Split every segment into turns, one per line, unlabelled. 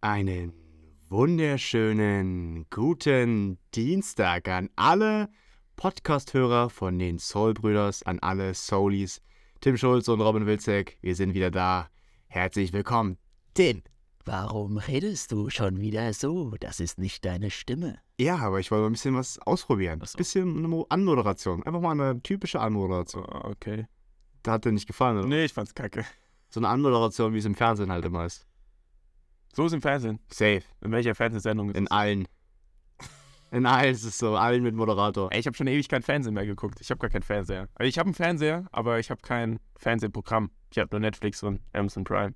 Einen wunderschönen guten Dienstag an alle Podcast-Hörer von den Soul Brüders, an alle Soulies. Tim Schulz und Robin Wilczek, wir sind wieder da. Herzlich willkommen. Tim.
Warum redest du schon wieder so? Das ist nicht deine Stimme.
Ja, aber ich wollte mal ein bisschen was ausprobieren. Ein
Ach so.
bisschen eine Mo- Anmoderation. Einfach mal eine typische Anmoderation.
Ah, okay.
Da hat dir nicht gefallen, oder?
Nee, ich fand's kacke.
So eine Anmoderation, wie es im Fernsehen halt immer ist.
So ist im Fernsehen.
Safe.
In welcher Fernsehsendung ist
In
es?
allen. In allen ist es so. Allen mit Moderator.
Ey, ich habe schon ewig kein Fernsehen mehr geguckt. Ich habe gar keinen Fernseher. Also ich habe einen Fernseher, aber ich habe kein Fernsehprogramm. Ich habe nur Netflix und Amazon Prime.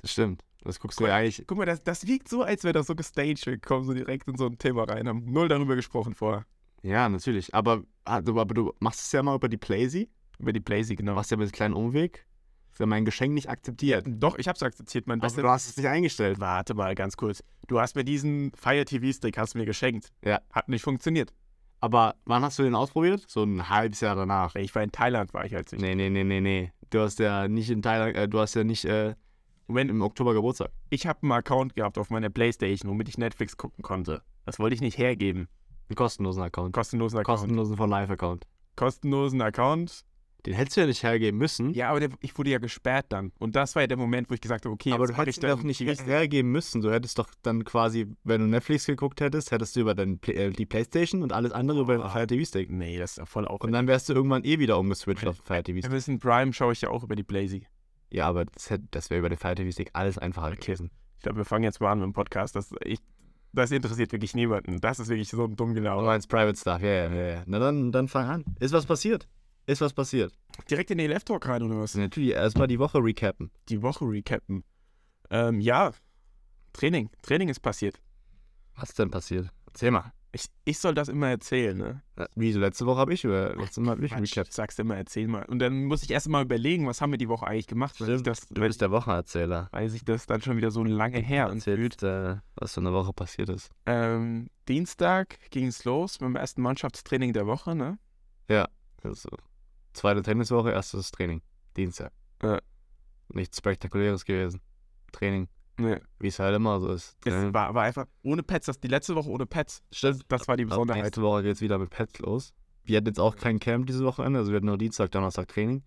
Das stimmt. Das guckst du ja eigentlich.
Guck mal, das, das wirkt so, als wäre das so gestaged. Wir kommen so direkt in so ein Thema rein, haben null darüber gesprochen vorher.
Ja, natürlich. Aber, ah, du- aber du machst es ja mal über die Playsee.
Über die Blazy,
Du
genau.
machst ja mit einem kleinen Umweg. Ist ja mein Geschenk nicht akzeptiert.
Doch, ich hab's akzeptiert, mein
Aber
bester.
du hast es nicht eingestellt.
Also, Warte mal ganz kurz. Du hast mir diesen Fire TV-Stick hast du mir geschenkt.
Ja.
Hat nicht funktioniert.
Aber wann hast du den ausprobiert? So ein halbes Jahr danach.
Ich war in Thailand, war ich halt als ich.
Nee, nee, nee, nee, nee. Du hast ja nicht in Thailand, äh, du hast ja nicht äh,
Moment,
im Oktober Geburtstag.
Ich habe einen Account gehabt auf meiner Playstation, womit ich Netflix gucken konnte. Das wollte ich nicht hergeben.
Einen kostenlosen Account.
Kostenlosen Account.
Kostenlosen von Live-Account.
Kostenlosen Account.
Den hättest du ja nicht hergeben müssen.
Ja, aber der, ich wurde ja gesperrt dann. Und das war ja der Moment, wo ich gesagt habe, okay,
aber
jetzt
du
mach
hättest
ich
ihn
dann-
doch nicht hergeben müssen. Du hättest doch dann quasi, wenn du Netflix geguckt hättest, hättest du über dein, Pl- äh, die Playstation und alles andere über
Ah.
den Fire TV Stick.
Nee, das ist ja voll
Und
aufwendig.
dann wärst du irgendwann eh wieder umgeswitcht auf den Fire TV Stick.
Amazon Prime schaue ich ja auch über die Blazy.
Ja, aber das, hätte- das wäre über den Fire TV Stick alles einfacher gewesen.
Ich glaube, wir fangen jetzt mal an mit dem Podcast. Das, ich, das interessiert wirklich niemanden. Das ist wirklich so ein dumm
Du
gelaufen.
meinst Private Stuff, ja, ja, ja. ja. Na dann, dann fang an. Ist was passiert? Ist was passiert?
Direkt in den Left Talk rein oder was?
Also natürlich erstmal die Woche recappen.
Die Woche recappen. Ähm, ja, Training. Training ist passiert.
Was ist denn passiert? Erzähl mal.
Ich, ich soll das immer erzählen, ne?
Äh, Wieso? Letzte Woche habe ich über. Letzte Mal habe ich
Quatsch,
recapped.
ich sag's immer, erzähl mal. Und dann muss ich erst mal überlegen, was haben wir die Woche eigentlich gemacht, weil ich
Stimmt,
das,
Du
weil,
bist der Wochenerzähler.
weil sich das dann schon wieder so lange her
Erzählst,
anfühlt.
äh, was so eine Woche passiert ist.
Ähm, Dienstag ging es los mit dem ersten Mannschaftstraining der Woche, ne?
Also, zweite Tenniswoche, erstes Training. Dienstag.
Ja.
Nichts Spektakuläres gewesen. Training.
Nee.
Wie es halt immer so ist.
Ne, Es
Training.
war, war einfach ohne Pets, das die letzte Woche ohne Pets.
Stimmt.
Das war die
Ab
Besonderheit.
nächste Woche geht es wieder mit Pets los. Wir hatten jetzt auch kein Camp dieses Wochenende, also wir hatten nur Dienstag, Donnerstag Training.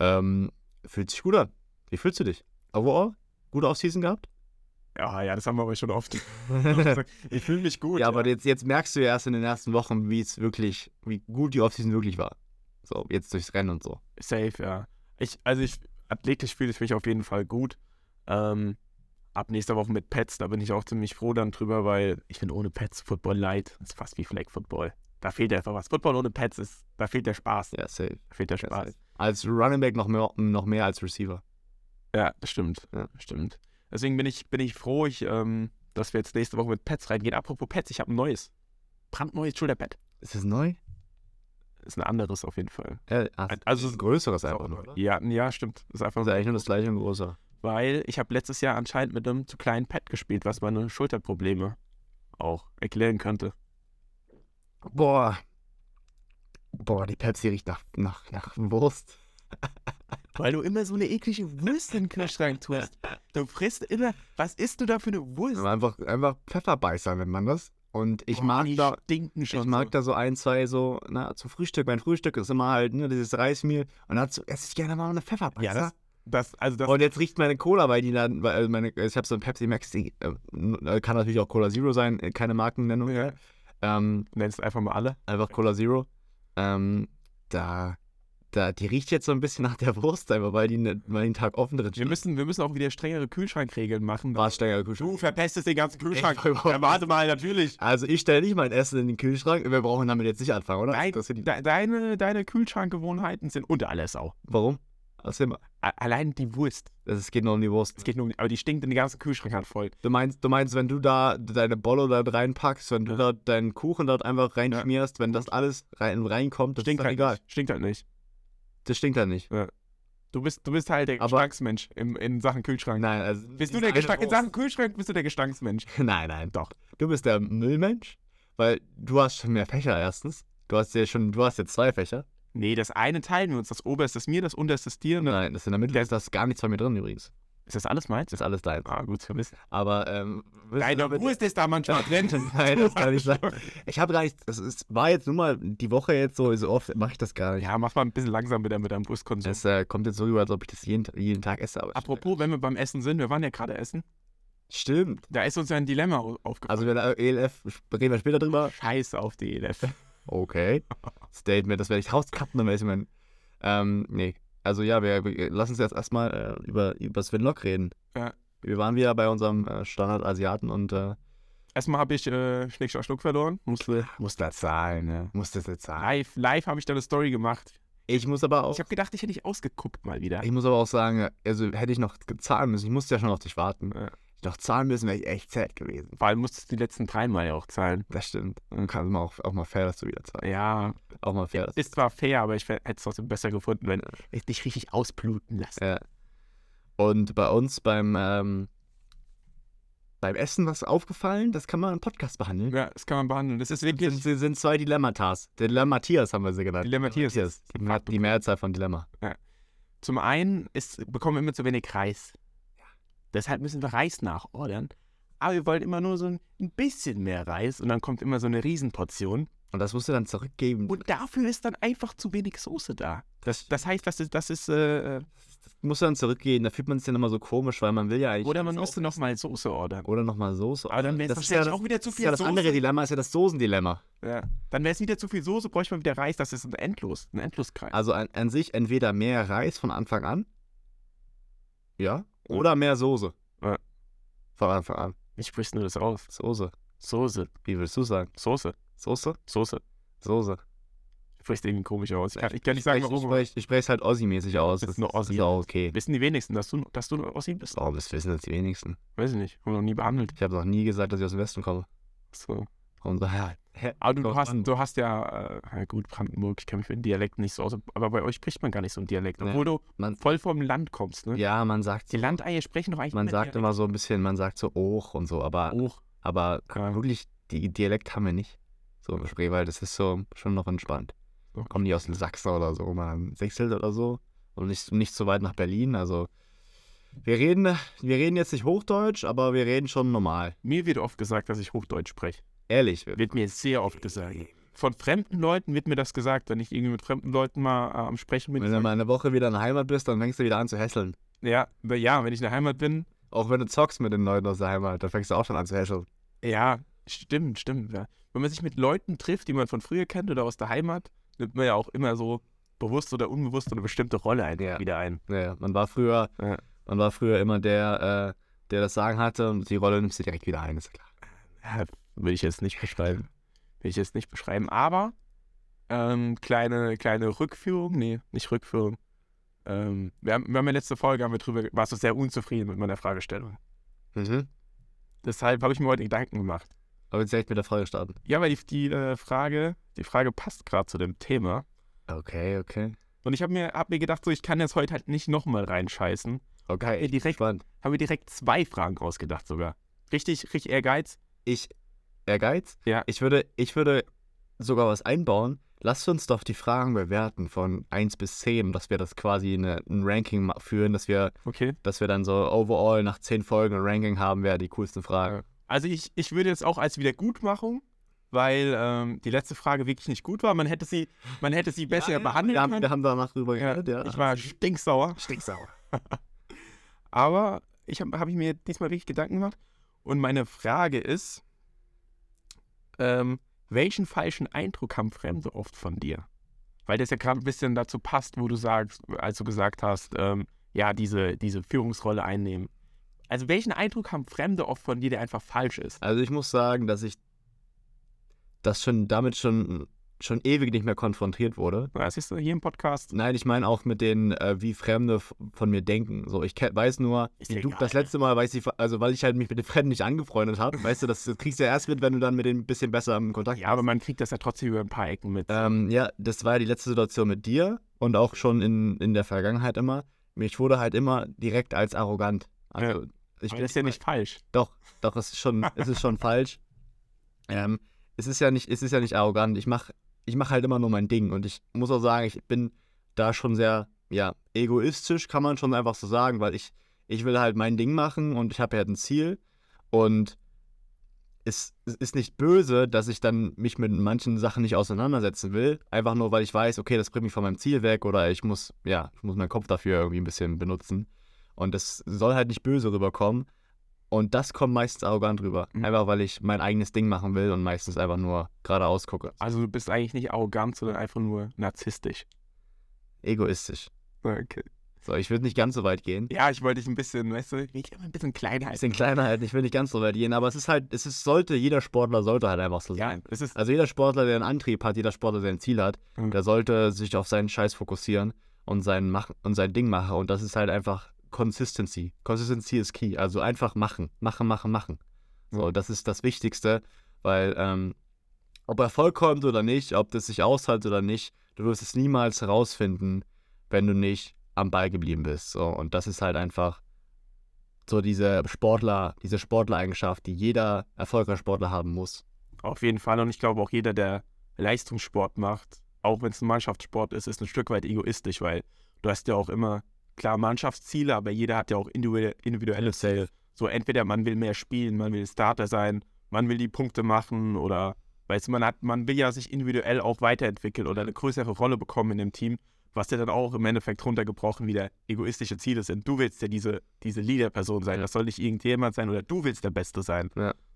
Ähm, fühlt sich gut an. Wie fühlst du dich? Overall? Gute Offseason gehabt?
Ja, ja, das haben wir aber schon oft gesagt. Ich fühle mich gut.
ja, aber jetzt, jetzt merkst du ja erst in den ersten Wochen, wie es wirklich, wie gut die Offseason wirklich war. So, jetzt durchs Rennen und so.
Safe, ja. Ich, also ich, athletisch fühle ich mich auf jeden Fall gut. Ähm, ab nächster Woche mit Pets, da bin ich auch ziemlich froh dann drüber, weil ich bin ohne Pets Football light. Das ist fast wie Flag Football. Da fehlt einfach was. Football ohne Pets ist, da fehlt der Spaß.
Ja, safe.
Da fehlt der
Ja,
Spaß.
safe. Als Running Back noch mehr, noch mehr als Receiver.
Ja, das stimmt.
Ja.
das stimmt. Deswegen bin ich, bin ich froh, ich, ähm, dass wir jetzt nächste Woche mit Pets reingehen. Apropos Pets, ich habe ein neues. Brandneues Schulterpad.
Ist das neu?
Ist ein anderes auf jeden Fall.
Ja, ach,
Ein- also
ein größeres
ist
einfach
auch
nur.
neu.
oder?
Ja, ja, stimmt. Ist einfach
Das ist eigentlich nur das gleiche und größer.
weil ich habe letztes Jahr anscheinend mit einem zu kleinen Pad gespielt, was meine Schulterprobleme auch erklären könnte.
Boah. Boah, die Pepsi riecht nach, nach, nach Wurst.
Weil du immer so eine eklige Wurst in den Kühlschrank tust. Du frisst immer, was isst du da für eine Wurst?
Einfach, einfach Pfefferbeißer nennt man das. Und ich
Boah,
mag
die
da.
stinken schon
Ich mag
so.
da so ein, zwei so, na, zum Frühstück. Mein Frühstück ist immer halt, ne, dieses Reismehl. Und dazu esse ich gerne mal eine Pfefferbeißer.
Ja, das, das, also das,
und jetzt riecht meine Cola, weil die dann, weil äh, meine, ich habe so ein Pepsi Max, die, äh, n- kann natürlich auch Cola Zero sein, äh, keine Markennennung.
ja,
Ähm,
nennst einfach mal alle.
einfach Cola Zero. Ähm, da, da, die riecht jetzt so ein bisschen nach der Wurst, einfach weil die, ne, weil die einen Tag offen drin
Wir
steht.
müssen, wir müssen auch wieder strengere Kühlschrankregeln machen.
War strengere Kühlschrank.
Du verpestest den ganzen Kühlschrank.
Ich war überhaupt-
Ja, warte mal, natürlich.
Also ich stelle nicht mein Essen in den Kühlschrank. Wir brauchen damit jetzt nicht anfangen, oder?
Nein,
Das sind die-
de deine, deine Kühlschrankgewohnheiten sind unter alles auch.
Warum? Erzähl mal.
Allein die Wurst.
Das- Es geht nur um die
Es
Wurst.
geht nur, um- aber die stinkt den ganzen Kühlschrank halt voll.
Du meinst, du meinst, wenn du da deine Bollo da reinpackst, wenn du da deinen Kuchen dort einfach reinschmierst, wenn das alles rein, reinkommt, das
Stinkt
ist dann
halt
egal.
Nicht. Stinkt halt nicht.
Das stinkt dann nicht.
Du bist, du bist halt der
Aber-
Gestanksmensch in, in Sachen Kühlschrank.
Nein, also.
bist du
diese
der
eine
Gestank, in
Wurst.
Sachen Kühlschrank bist du der Gestanksmensch.
Nein, nein.
Doch.
Du bist der Müllmensch, weil du hast schon mehr Fächer erstens. Du hast ja schon, du hast jetzt zwei Fächer.
Nee, das eine teilen wir uns. Das oberste ist mir, das unterste ist dir. Und
Nein, das in der Mitte
Der-
ist das gar nichts von mir drin übrigens.
das Ist das alles meins?
Das ist alles deins.
Ah, gut zu wissen.
Aber ähm, willst du
Deine
damit-
Wurst ist da manchmal drin.
Nein, das kann nicht sein. Ich habe gar nicht, das ist, war jetzt nur mal die Woche jetzt so, so oft mache ich das gar nicht.
Ja, mach mal ein bisschen langsam mit deinem, mit deinem Wurstkonsum.
Das äh, kommt jetzt so rüber, als ob ich das jeden, jeden Tag esse. Aber
Apropos, wenn wir beim Essen sind, wir waren ja gerade essen,
Stimmt.
da ist uns ja ein Dilemma au- aufgefallen.
Also wir ELF, reden wir später drüber.
Scheiß auf die ELF.
Okay. Statement, das werde ich rauscutten, dann werde ich mein. Ähm, nee. Also ja, wir, wir lass uns jetzt erstmal äh, über, über Sven Lok reden.
Ja.
Wir waren wieder bei unserem äh, Standard-Asiaten und äh,
Erstmal habe ich äh, Schnick, Schnack, Schnuck verloren. Musste
muss da zahlen, ne? Muss das jetzt zahlen.
live, live habe ich da eine Story gemacht.
Ich muss aber auch.
Ich habe gedacht, ich hätte dich ausgeguckt mal wieder.
Oh. Ich muss aber auch sagen, also hätte ich noch zahlen müssen, ich musste ja schon auf dich warten.
Ja.
Hätte ich noch zahlen müssen, wäre ich echt sad gewesen.
Vor allem musstest du die letzten dreimal ja auch zahlen.
Das stimmt. Dann kann man auch, auch mal fair, dass du wieder zahlst.
Ja,
Auch mal fair. Dass
ist zwar fair, aber ich hätte es trotzdem besser gefunden, wenn ich dich richtig ausbluten lassen.
Ja. Und bei uns beim, ähm, beim Essen was aufgefallen, das kann man im Podcast behandeln.
Ja, das kann man behandeln. Das ist
Das
wirklich.
sind, sind zwei Dilemmata. Dilemmatias haben wir sie genannt.
Dilemmatias.
Dilemmatias. Die Mehr- Die Mehrzahl von Dilemma.
Zum einen ist, bekommen wir immer zu wenig Reis. Deshalb müssen wir Reis nachordern. Aber wir wollen immer nur so ein, ein bisschen mehr Reis und dann kommt immer so eine Riesenportion.
Und das musst du dann zurückgeben.
Und dafür ist dann einfach zu wenig Soße da. Das, das heißt, das ist, das ist äh,
Musst du dann zurückgeben. Da fühlt man sich dann immer so komisch, weil man will ja eigentlich.
oder man müsste nochmal Soße ordern.
Oder nochmal Soße.
Aber dann wäre es
Das ist ja
wahrscheinlich
das-
auch wieder zu
Das ist
viel
ja das
Soße.
andere Dilemma, ist ja das Soßendilemma.
Ja. Dann wäre es wieder zu viel Soße, bräuchte man wieder Reis. Das ist ein Endlos, ein Endloskreis.
Also an, an sich entweder mehr Reis von Anfang an. Ja. Oder mehr Soße.
Ja.
Von Anfang an.
Wie sprichst du das aus?
Soße.
Soße,
Wie willst du sagen?
Soße,
Soße?
Soße.
Soße.
Sprichst irgendwie komisch aus. Ich kann, ich kann nicht sagen,
ich,
warum.
Ich, spreche es halt Ossi-mäßig aus.
Das ist nur Ossi.
Ist auch okay.
Wissen die wenigsten, dass du, dass du aus ihm bist?
Oh, das wissen jetzt die wenigsten.
Weiß ich nicht. Haben wir noch nie behandelt.
Ich habe noch nie gesagt, dass ich aus dem Westen komme.
So.
Und so, ja. hä,
Aber du,
kommst
hast,
an.
du hast ja, äh, ja gut, Brandenburg, ich kenne mich mit dem Dialekt nicht so aus, aber bei euch spricht man gar nicht so einen Dialekt,
Nee.
obwohl du
Man-
voll vom Land kommst, ne?
Ja, man sagt
Die
so,
Landeier sprechen doch eigentlich
man
immer
sagt immer so ein bisschen, man sagt so Och und so, aber,
Dialekt. Auch.
aber
Ja.
wirklich, die Dialekt haben wir nicht. So im Spreewald, das ist so schon noch entspannt.
Okay.
Kommen die aus dem Sachsen oder so, mal im Sechstel oder so. Und nicht, nicht so weit nach Berlin. Also wir reden, wir reden jetzt nicht Hochdeutsch, aber wir reden schon normal.
Mir wird oft gesagt, dass ich Hochdeutsch spreche.
Ehrlich.
Wird mir sehr oft gesagt. Von fremden Leuten wird mir das gesagt, wenn ich irgendwie mit fremden Leuten mal äh, am Sprechen bin.
Wenn du mal eine Woche wieder in der Heimat bist, dann fängst du wieder an zu hässeln.
Ja, na ja, wenn ich in der Heimat bin,
Auch wenn du zockst mit den Leuten aus der Heimat, dann fängst du auch schon an zu hässeln.
ja, stimmt, stimmt. Ja. Wenn man sich mit Leuten trifft, die man von früher kennt oder aus der Heimat, nimmt man ja auch immer so bewusst oder unbewusst so eine bestimmte Rolle ein,
Ja.
wieder ein.
Naja, man war früher,
Ja.
man war früher immer der, äh, der das Sagen hatte und die Rolle nimmst du direkt wieder ein, ist ja klar.
Ja, will ich jetzt nicht beschreiben. Will ich jetzt nicht beschreiben. Aber ähm, kleine, kleine Rückführung. Nee, nicht Rückführung. Ähm, wir, haben, wir haben ja letzte Folge haben wir drüber, warst du sehr unzufrieden mit meiner Fragestellung.
Mhm.
Deshalb habe ich mir heute Gedanken gemacht.
Aber jetzt direkt mit der Folge starten.
Ja, weil die, die äh, Frage, die Frage passt gerade zu dem Thema.
Okay, okay.
Und ich habe mir, hab mir gedacht, so, ich kann jetzt heute halt nicht nochmal reinscheißen.
Okay,
Ey,
ich bin
Äh, direkt-
gespannt.
Habe mir direkt zwei Fragen ausgedacht sogar. Richtig, richtig Ehrgeiz.
Ich, Ehrgeiz?
Ja.
Ich würde, ich würde sogar was einbauen. Lasst uns doch die Fragen bewerten von 1 bis 10, dass wir das quasi eine, ein Ranking ma- führen, dass wir,
Okay.
dass wir dann so overall nach 10 Folgen ein Ranking haben, wer die coolsten Fragen.
Also ich, ich würde jetzt auch als Wiedergutmachung, weil ähm, die letzte Frage wirklich nicht gut war. Man hätte sie, man hätte sie besser behandelt
wir haben,
können.
Wir haben danach drüber
ja,
geredet, ja.
Ich war Ne, stinksauer.
stinksauer.
Aber ich habe hab ich mir diesmal wirklich Gedanken gemacht. Und meine Frage ist, ähm, welchen falschen Eindruck haben Fremde oft von dir? Weil das ja gerade ein bisschen dazu passt, wo du sagst, als du gesagt hast, ähm, ja, diese, diese Führungsrolle einnehmen. Also welchen Eindruck haben Fremde oft von dir, der einfach falsch ist?
Also ich muss sagen, dass ich das schon damit schon, schon ewig nicht mehr konfrontiert wurde.
Na, Das ist so hier im Podcast.
Nein, ich meine auch mit den, äh, wie Fremde f- von mir denken. So, ich ke- weiß nur,
Ist
wie du,
egal.
das letzte Mal, weiß ich, also weil ich halt mich mit den Fremden nicht angefreundet habe, weißt du, das, das kriegst du ja erst mit, wenn du dann mit denen ein bisschen besser im Kontakt
Ja, aber man kriegt das ja trotzdem über ein paar Ecken mit.
Ähm, ja, das war ja die letzte Situation mit dir und auch schon in, in der Vergangenheit immer. Mich wurde halt immer direkt als arrogant. Also, ich
aber
bin
das ist ja nicht falsch.
Doch, doch, es ist schon, es ist schon falsch. Ähm, es ist ja nicht, es ist ja nicht arrogant. Ich mache ich mach halt immer nur mein Ding und ich muss auch sagen, ich bin da schon sehr, ja, egoistisch, kann man schon einfach so sagen, weil ich, ich will halt mein Ding machen und ich habe ja ein Ziel. Und es, es ist nicht böse, dass ich dann mich mit manchen Sachen nicht auseinandersetzen will. Einfach nur, weil ich weiß, okay, das bringt mich von meinem Ziel weg oder ich muss, ja, ich muss meinen Kopf dafür irgendwie ein bisschen benutzen. Und das soll halt nicht böse rüberkommen. Und das kommt meistens arrogant rüber.
Mhm.
Einfach weil ich mein eigenes Ding machen will und meistens einfach nur geradeaus gucke.
Also du bist eigentlich nicht arrogant, sondern einfach nur narzisstisch.
Egoistisch.
Okay.
So, ich würde nicht ganz so weit gehen.
Ja, ich wollte dich ein bisschen, weißt du, ich will dich immer ein bisschen kleiner halten.
Bisschen kleiner halten, ich will nicht ganz so weit gehen, aber es ist halt, es ist, sollte, jeder Sportler sollte halt einfach so sein.
Ja, es ist,
Also jeder Sportler, der einen Antrieb hat, jeder Sportler, der ein Ziel hat,
Mhm.
der sollte sich auf seinen Scheiß fokussieren und sein, Mach und sein Ding machen. Und das ist halt einfach Consistency. Consistency ist key. Also einfach machen, machen, machen, machen. So, das ist das Wichtigste, weil ähm, ob Erfolg kommt oder nicht, ob das sich aushält oder nicht, du wirst es niemals herausfinden, wenn du nicht am Ball geblieben bist. So, und das ist halt einfach so diese Sportler, diese Sportlereigenschaft, die jeder erfolgreiche Sportler haben muss.
Auf jeden Fall. Und ich glaube auch jeder, der Leistungssport macht, auch wenn es ein Mannschaftssport ist, ist ein Stück weit egoistisch, weil du hast ja auch immer, klar, Mannschaftsziele, aber jeder hat ja auch individuelle, individuelle Ziele. So entweder man will mehr spielen, man will Starter sein, man will die Punkte machen oder, weißt du, man hat, man will ja sich individuell auch weiterentwickeln oder eine größere Rolle bekommen in dem Team, was ja dann auch im Endeffekt runtergebrochen wieder egoistische Ziele sind. Du willst ja diese, diese Leader-Person sein, das soll nicht irgendjemand sein oder du willst der Beste sein.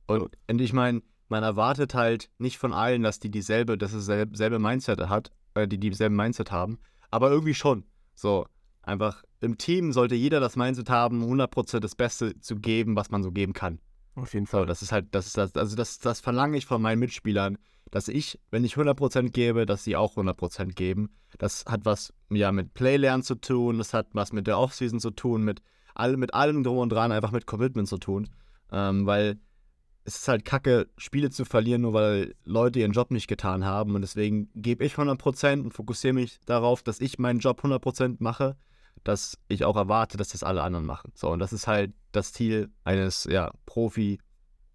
Und, und ich meine, man erwartet halt nicht von allen, dass die dieselbe, dass es selb- selbe Mindset hat, äh, die dieselben Mindset haben, aber irgendwie schon. So, einfach im Team sollte jeder das Mindset haben, 100% das Beste zu geben, was man so geben kann.
Auf jeden
So, das ist halt, das ist das, also das, das verlange ich von meinen Mitspielern, dass ich, wenn ich 100% gebe, dass sie auch 100% geben. Das hat was ja mit Playlernen zu tun, das hat was mit der Offseason zu tun, mit, all, mit allem drum und dran, einfach mit Commitment zu tun. Ähm, weil es ist halt kacke, Spiele zu verlieren, nur weil Leute ihren Job nicht getan haben. Und deswegen gebe ich 100% und fokussiere mich darauf, dass ich meinen Job 100% mache, dass ich auch erwarte, dass das alle anderen machen. So, und das ist halt das Ziel eines ja, Profi-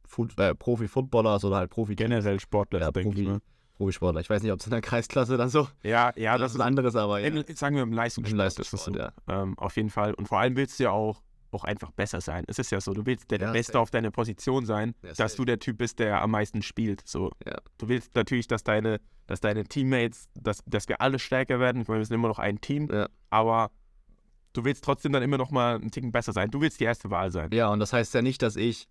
Fut- äh, Profi-Footballers oder halt Profi
Generell Sportler,
Ja,
denke ich
Profi-
mal.
Profisportler. Ich weiß nicht, ob es in der Kreisklasse dann so
Ja, ja, das, ist,
anderes, aber ja.
in, sagen wir im Leistungssport.
Im
ist
Leistungssport,
das so. ähm, auf jeden Fall. Und vor allem willst du ja auch, auch einfach besser sein. Es ist ja so, du willst der
Ja,
Beste
safe.
auf deiner Position sein,
Ja,
dass
safe.
du der Typ bist, der am meisten spielt. So.
Ja.
Du willst natürlich, dass deine, dass deine Teammates, dass, dass wir alle stärker werden. Ich meine, wir sind immer noch ein Team,
Ja.
aber du willst trotzdem dann immer noch mal einen Ticken besser sein. Du willst die erste Wahl sein.
Ja, und das heißt ja nicht, dass ich,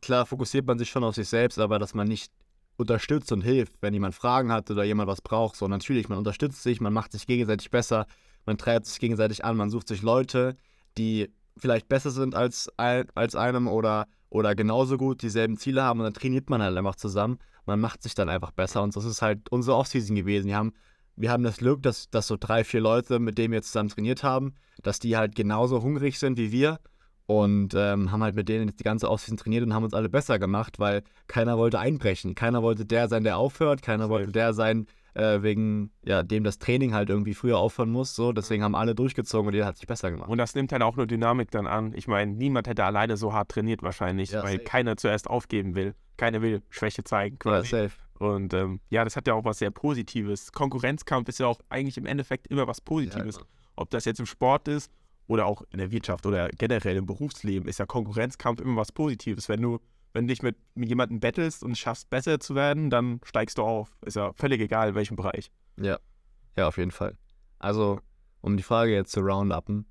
klar fokussiert man sich schon auf sich selbst, aber dass man nicht unterstützt und hilft, wenn jemand Fragen hat oder jemand was braucht. So, natürlich, man unterstützt sich, man macht sich gegenseitig besser, man treibt sich gegenseitig an, man sucht sich Leute, die vielleicht besser sind als, ein- als einem oder, oder genauso gut dieselben Ziele haben und dann trainiert man halt einfach zusammen. Man macht sich dann einfach besser und das ist halt unsere Offseason gewesen. Wir haben, wir haben das Glück, dass, dass so drei, vier Leute, mit denen wir zusammen trainiert haben, dass die halt genauso hungrig sind wie wir und ähm, haben halt mit denen jetzt die ganze Offseason trainiert und haben uns alle besser gemacht, weil keiner wollte einbrechen. Keiner wollte der sein, der aufhört. Keiner wollte der sein, äh, wegen ja, dem das Training halt irgendwie früher aufhören muss. So, deswegen haben alle durchgezogen und jeder hat sich besser gemacht.
Und das nimmt halt auch eine Dynamik dann an. Ich meine, niemand hätte alleine so hart trainiert wahrscheinlich,
Ja,
weil
safe.
keiner zuerst aufgeben will. Keiner will Schwäche zeigen.
Ja,
quasi.
safe.
Und ähm, ja, das hat ja auch was sehr Positives. Konkurrenzkampf ist ja auch eigentlich im Endeffekt immer was Positives. Ob das jetzt im Sport ist oder auch in der Wirtschaft oder generell im Berufsleben, ist ja Konkurrenzkampf immer was Positives. Wenn du, wenn du dich mit, mit jemandem bettelst und schaffst, besser zu werden, dann steigst du auf. Ist ja völlig egal, in welchem Bereich.
Ja, auf jeden Fall. Also, um die Frage jetzt zu rounduppen,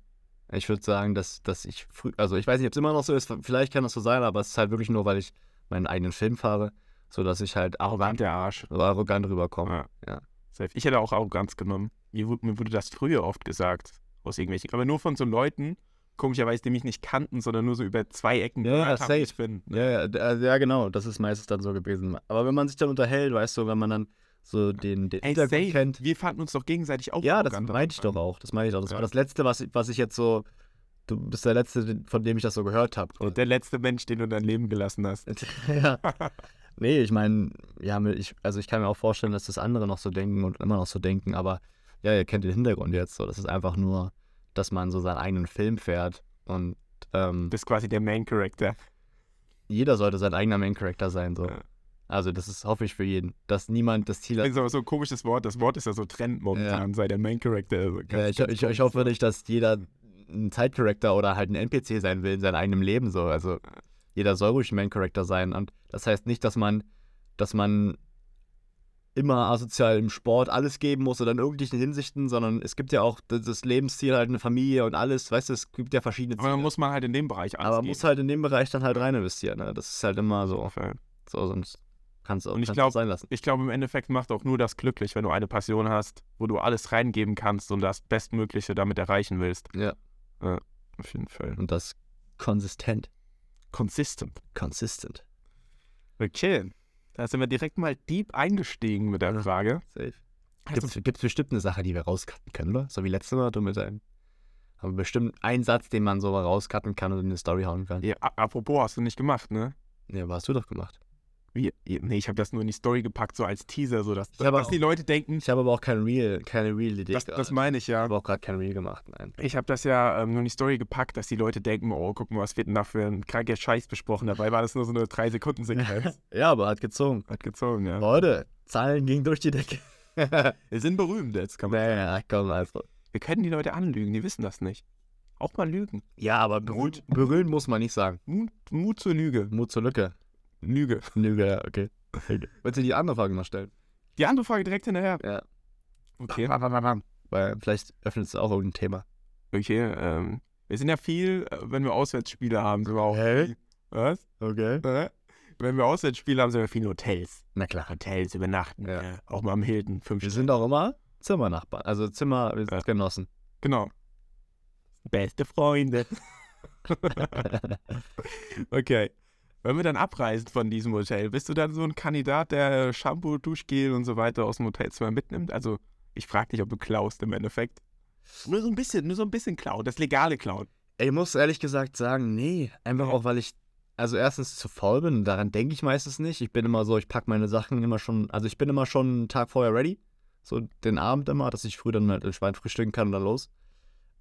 ich würde sagen, dass, dass ich früh, also ich weiß nicht, ob es immer noch so ist, vielleicht kann das so sein, aber es ist halt wirklich nur, weil ich meinen eigenen Film fahre, sodass ich halt arrogant,
Arrogant der Arsch.
arrogant rüberkomme.
Ja.
Ja.
Safe. Ich hätte auch Arroganz genommen. Mir, wu- mir wurde das früher oft gesagt. Aus irgendwelchen. Aber nur von so Leuten, komischerweise, die mich nicht kannten, sondern nur so über zwei Ecken
Ja,
gehört haben, wie
safe.
ich bin.
Ja, ja, d- also ja, genau, das ist meistens dann so gewesen. Aber wenn man sich dann unterhält, weißt du, wenn man dann so den, den
Ey,
Hintergrund
safe.
kennt.
Wir fanden uns doch gegenseitig auch.
Ja, das
arrogant am
meinte ich
Anfang.
doch auch. Das meine ich auch. Das
Ja.
war das Letzte, was, ich- was ich jetzt so. Du bist der Letzte, den- von dem ich das so gehört habe.
Und der letzte Mensch, den du dein Leben gelassen hast.
ja. Nee, ich meine, ja, mir- ich, also ich kann mir auch vorstellen, dass das andere noch so denken und immer noch so denken, aber ja, ihr kennt den Hintergrund jetzt so. Das ist einfach nur, dass man so seinen eigenen Film fährt und ähm,
Du bist quasi der Main Character.
jeder sollte sein eigener Main-Character sein. So.
Ja.
Also das ist, hoffe ich, für jeden, dass niemand das Ziel hat.
Das ist aber so ein komisches Wort. Das Wort ist ja so Trend momentan, sei der Main Character. Also ganz-
Ja, ich,
ganz
ich, ich
komisch.
hoffe nicht, dass jeder ein Side-Character oder halt ein NPC sein will in seinem eigenen Leben. So. Also jeder soll ruhig ein Main-Character sein. Und das heißt nicht, dass man, dass man immer asozial im Sport alles geben muss oder in irgendwelchen Hinsichten, sondern es gibt ja auch das das Lebensziel, halt eine Familie und alles. Weißt du, es gibt ja verschiedene
Aber
Ziele.
man muss man halt in dem Bereich
Aber man muss halt in dem Bereich dann halt rein investieren. Ne? Das ist halt immer so.
halt
So, sonst kannst du
Und ich
kannst
glaub-
es sein lassen.
ich glaube, im Endeffekt macht auch nur das glücklich, wenn du eine Passion hast, wo du alles reingeben kannst und das Bestmögliche damit erreichen willst.
Ja.
ja auf jeden Fall.
Und das konsistent.
Consistent.
Consistent.
Okay. Da sind wir direkt mal deep eingestiegen mit der
Ja.
Frage.
Safe.
Also,
Gibt es bestimmt eine Sache, die wir rauscutten können, oder? So wie letztes Mal, du mit deinem. Aber bestimmt einen Satz, den man so rauscutten kann und in eine Story hauen kann.
ja, a- apropos, hast du nicht gemacht, ne?
Ja, aber hast du doch gemacht.
Wie? Nee, ich habe das nur in die Story gepackt, so als Teaser, so dass,
Ich hab
dass
auch-
die Leute denken,
Ich habe aber auch kein Real, keine Real-Idee.
das,
gerade.
das meine ich
ich
ja.
habe auch gerade kein Real gemacht, nein.
Ich habe das ja ähm, nur in die Story gepackt, dass die Leute denken, oh, guck mal, was wird denn da für ein kranker Scheiß besprochen. Dabei war das nur so eine 3-Sekunden-Sequenz.
Ja, aber hat gezogen.
Hat gezogen, ja.
Leute, Zahlen gingen durch die Decke.
Wir sind berühmt jetzt, kann man
naja, komm, also.
Wir können die Leute anlügen, die wissen das nicht. Auch mal lügen.
Ja, aber berühmt, berühmt muss man nicht sagen.
Mut, Mut zur Lüge.
Mut zur Lüge.
Lüge.
Lüge, ja, okay. Willst du die andere Frage noch stellen?
Die andere Frage direkt hinterher.
Ja.
Okay.
Weil vielleicht öffnest du auch irgendein Thema.
Okay, ähm, wir sind ja viel, äh, wenn wir Auswärtsspiele haben, sind wir auch.
Hä?
Was?
Okay.
Hä? Wenn wir Auswärtsspiele haben, sind wir viel in Hotels.
Na klar.
Hotels übernachten.
Ja.
Ja. Auch mal am Hilton. Fünf
Wir sind auch immer Zimmernachbarn. Also Zimmer, wir sind
Ja.
Genossen.
Genau. Beste Freunde. okay. Wenn wir dann abreisen von diesem Hotel, bist du dann so ein Kandidat, der Shampoo, Duschgel und so weiter aus dem Hotelzimmer mitnimmt? Also, ich frage dich, ob du klaust im Endeffekt. Nur so ein bisschen, nur so ein bisschen klauen, das legale Klauen.
Ich muss ehrlich gesagt sagen, nee. Einfach auch, weil ich, also erstens zu faul bin und daran denke ich meistens nicht. Ich bin immer so, ich packe meine Sachen immer schon, also ich bin immer schon einen Tag vorher ready. So den Abend immer, dass ich früh dann halt entspannt frühstücken kann und dann los.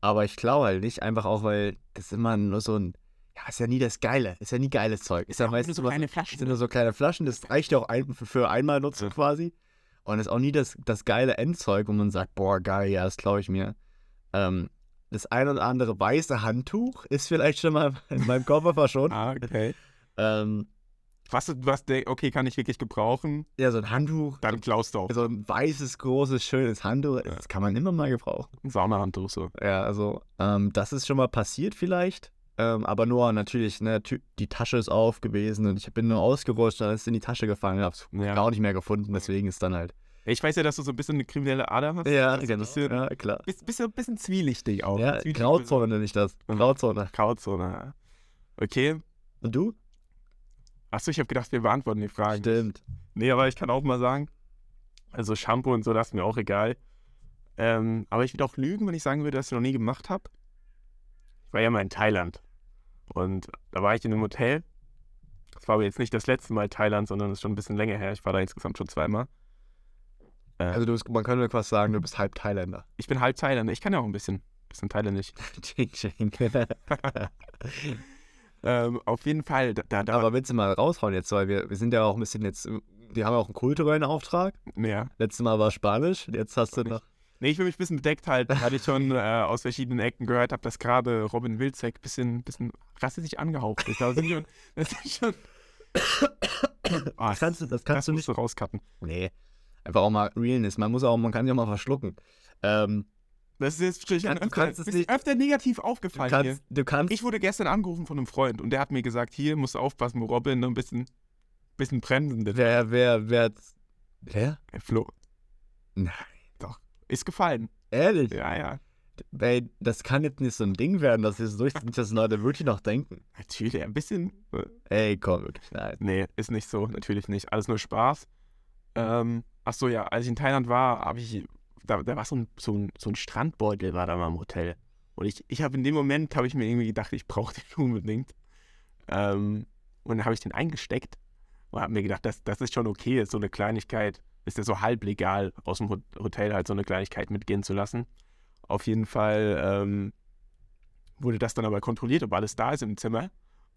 Aber ich klaue halt nicht, einfach auch, weil das ist immer nur so ein, ja, ist ja nie das Geile, ist ja nie geiles Zeug. Ist ja meistens was- Das sind
Flaschen.
nur so kleine Flaschen, das reicht ja auch ein, für einmal nutzen
Ja.
quasi. Und ist auch nie das, das geile Endzeug, wo man sagt, boah, geil, ja, das glaube ich mir. Ähm, das ein oder andere weiße Handtuch ist vielleicht schon mal in meinem Koffer verschont.
Ah, okay.
Ähm,
Was, was, der- okay, kann ich wirklich gebrauchen?
ja, so ein Handtuch,
Dann klaust du auch.
so ein weißes, großes, schönes Handtuch, das kann man immer mal gebrauchen.
Ein Saunahandtuch so.
Ja, also ähm, das ist schon mal passiert vielleicht. Ähm, aber nur natürlich, ne, tü- die Tasche ist auf gewesen und ich bin nur ausgerutscht, dann ist in die Tasche gefallen, hab's
Ja.
gar nicht mehr gefunden, deswegen ist dann halt
Ich weiß ja, dass du so ein bisschen eine kriminelle Ader hast.
Ja,
Also
genau.
bisschen-
ja, klar.
Bist, bist so ein bisschen zwielichtig auch.
Ja,
Zwielichtig-
Grauzone nenne ich das.
Mhm.
Grauzone.
Grauzone. Okay.
Und du?
Achso, ich habe gedacht, wir beantworten die Fragen.
Stimmt.
Nee, aber ich kann auch mal sagen, also Shampoo und so, das ist mir auch egal. Ähm, aber ich würde auch lügen, wenn ich sagen würde, dass ich noch nie gemacht habe. Ich war ja mal in Thailand. Und da war ich in einem Hotel. Das war aber jetzt nicht das letzte Mal Thailand, sondern das ist schon ein bisschen länger her. Ich war da insgesamt schon zweimal.
Also du bist, man könnte quasi sagen, du bist halb Thailänder.
Ich bin halb Thailänder. Ich kann ja auch ein bisschen, bisschen Thailändisch.
Ching, ching.
Ähm, auf jeden Fall, da, da, da
Aber willst du mal raushauen jetzt, weil wir, wir sind ja auch ein bisschen jetzt, wir haben ja auch einen kulturellen Auftrag.
ja.
Letztes Mal war Spanisch, jetzt hast du
Nicht.
noch.
Nee, ich will mich ein bisschen bedeckt halten, weil ich schon äh, aus verschiedenen Ecken gehört habe, dass gerade Robin Wilczek ein bisschen, bisschen rassistisch angehaucht ist. Da sind schon. Das ist schon Ah,
Das kannst du, das
das
kannst du
musst
nicht.
du rauscutten.
Nee. Einfach auch mal Realness. Man muss auch, man kann sich auch mal verschlucken. Ähm,
Das ist jetzt schon
Kann- du
öfter,
kannst es
bist
nicht-
öfter negativ
du
aufgefallen hier.
kannst, du kannst
Ich wurde gestern angerufen von einem Freund und der hat mir gesagt, hier musst du aufpassen, wo Robin ne, ein bisschen, bisschen bremsen. Der
wer, wer, wer, wer?
Flo
Nein.
ist gefallen.
Ehrlich?
Ja, ja.
Ey, das kann jetzt nicht so ein Ding werden, dass wir so durchziehen, dass Leute wirklich noch denken.
Natürlich, ein bisschen. äh,
Ey, komm, wirklich, nein.
Nee, ist nicht so, natürlich nicht. Alles nur Spaß. Ähm, ach so, ja, als ich in Thailand war, habe ich, da, da war so ein, so, ein, so ein Strandbeutel, war da mal im Hotel. Und ich, ich habe in dem Moment, habe ich mir irgendwie gedacht, ich brauche den unbedingt. Ähm, und dann habe ich den eingesteckt und habe mir gedacht, das, das ist schon okay, ist so eine Kleinigkeit, ist ja so halb legal, aus dem Ho- Hotel halt so eine Kleinigkeit mitgehen zu lassen. Auf jeden Fall ähm, wurde das dann aber kontrolliert, ob alles da ist im Zimmer.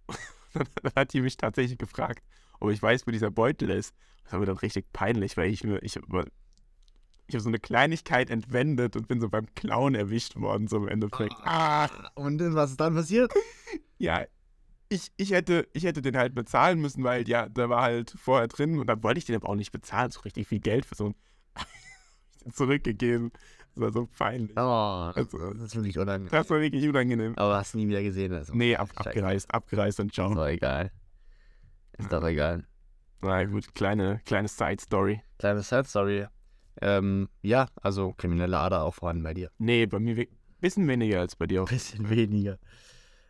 Dann hat die mich tatsächlich gefragt, ob ich weiß, wo dieser Beutel ist. Das war mir dann richtig peinlich, weil ich mir, ich, ich habe so eine Kleinigkeit entwendet und bin so beim Clown erwischt worden, so im Endeffekt. Ah,
Und was ist dann passiert?
ja. Ich, ich, hätte, ich hätte den halt bezahlen müssen, weil ja, der war halt vorher drin und dann wollte ich den aber auch nicht bezahlen, so richtig viel Geld für so ein zurückgegeben. Das war so peinlich.
Oh, das,
Also-
das ist wirklich unangenehm.
Das war wirklich unangenehm.
Aber hast du nie wieder gesehen. Also.
Nee, ab,
Scheiße.
abgereist, abgereist und
Ist
ciao.
doch egal. Ist doch egal.
Na gut, kleine, kleine Side-Story.
Kleine Sad Story. Ähm, ja, also kriminelle Ader auch vorhanden bei dir.
Nee, bei mir ein bisschen weniger als bei dir auch.
Bisschen weniger.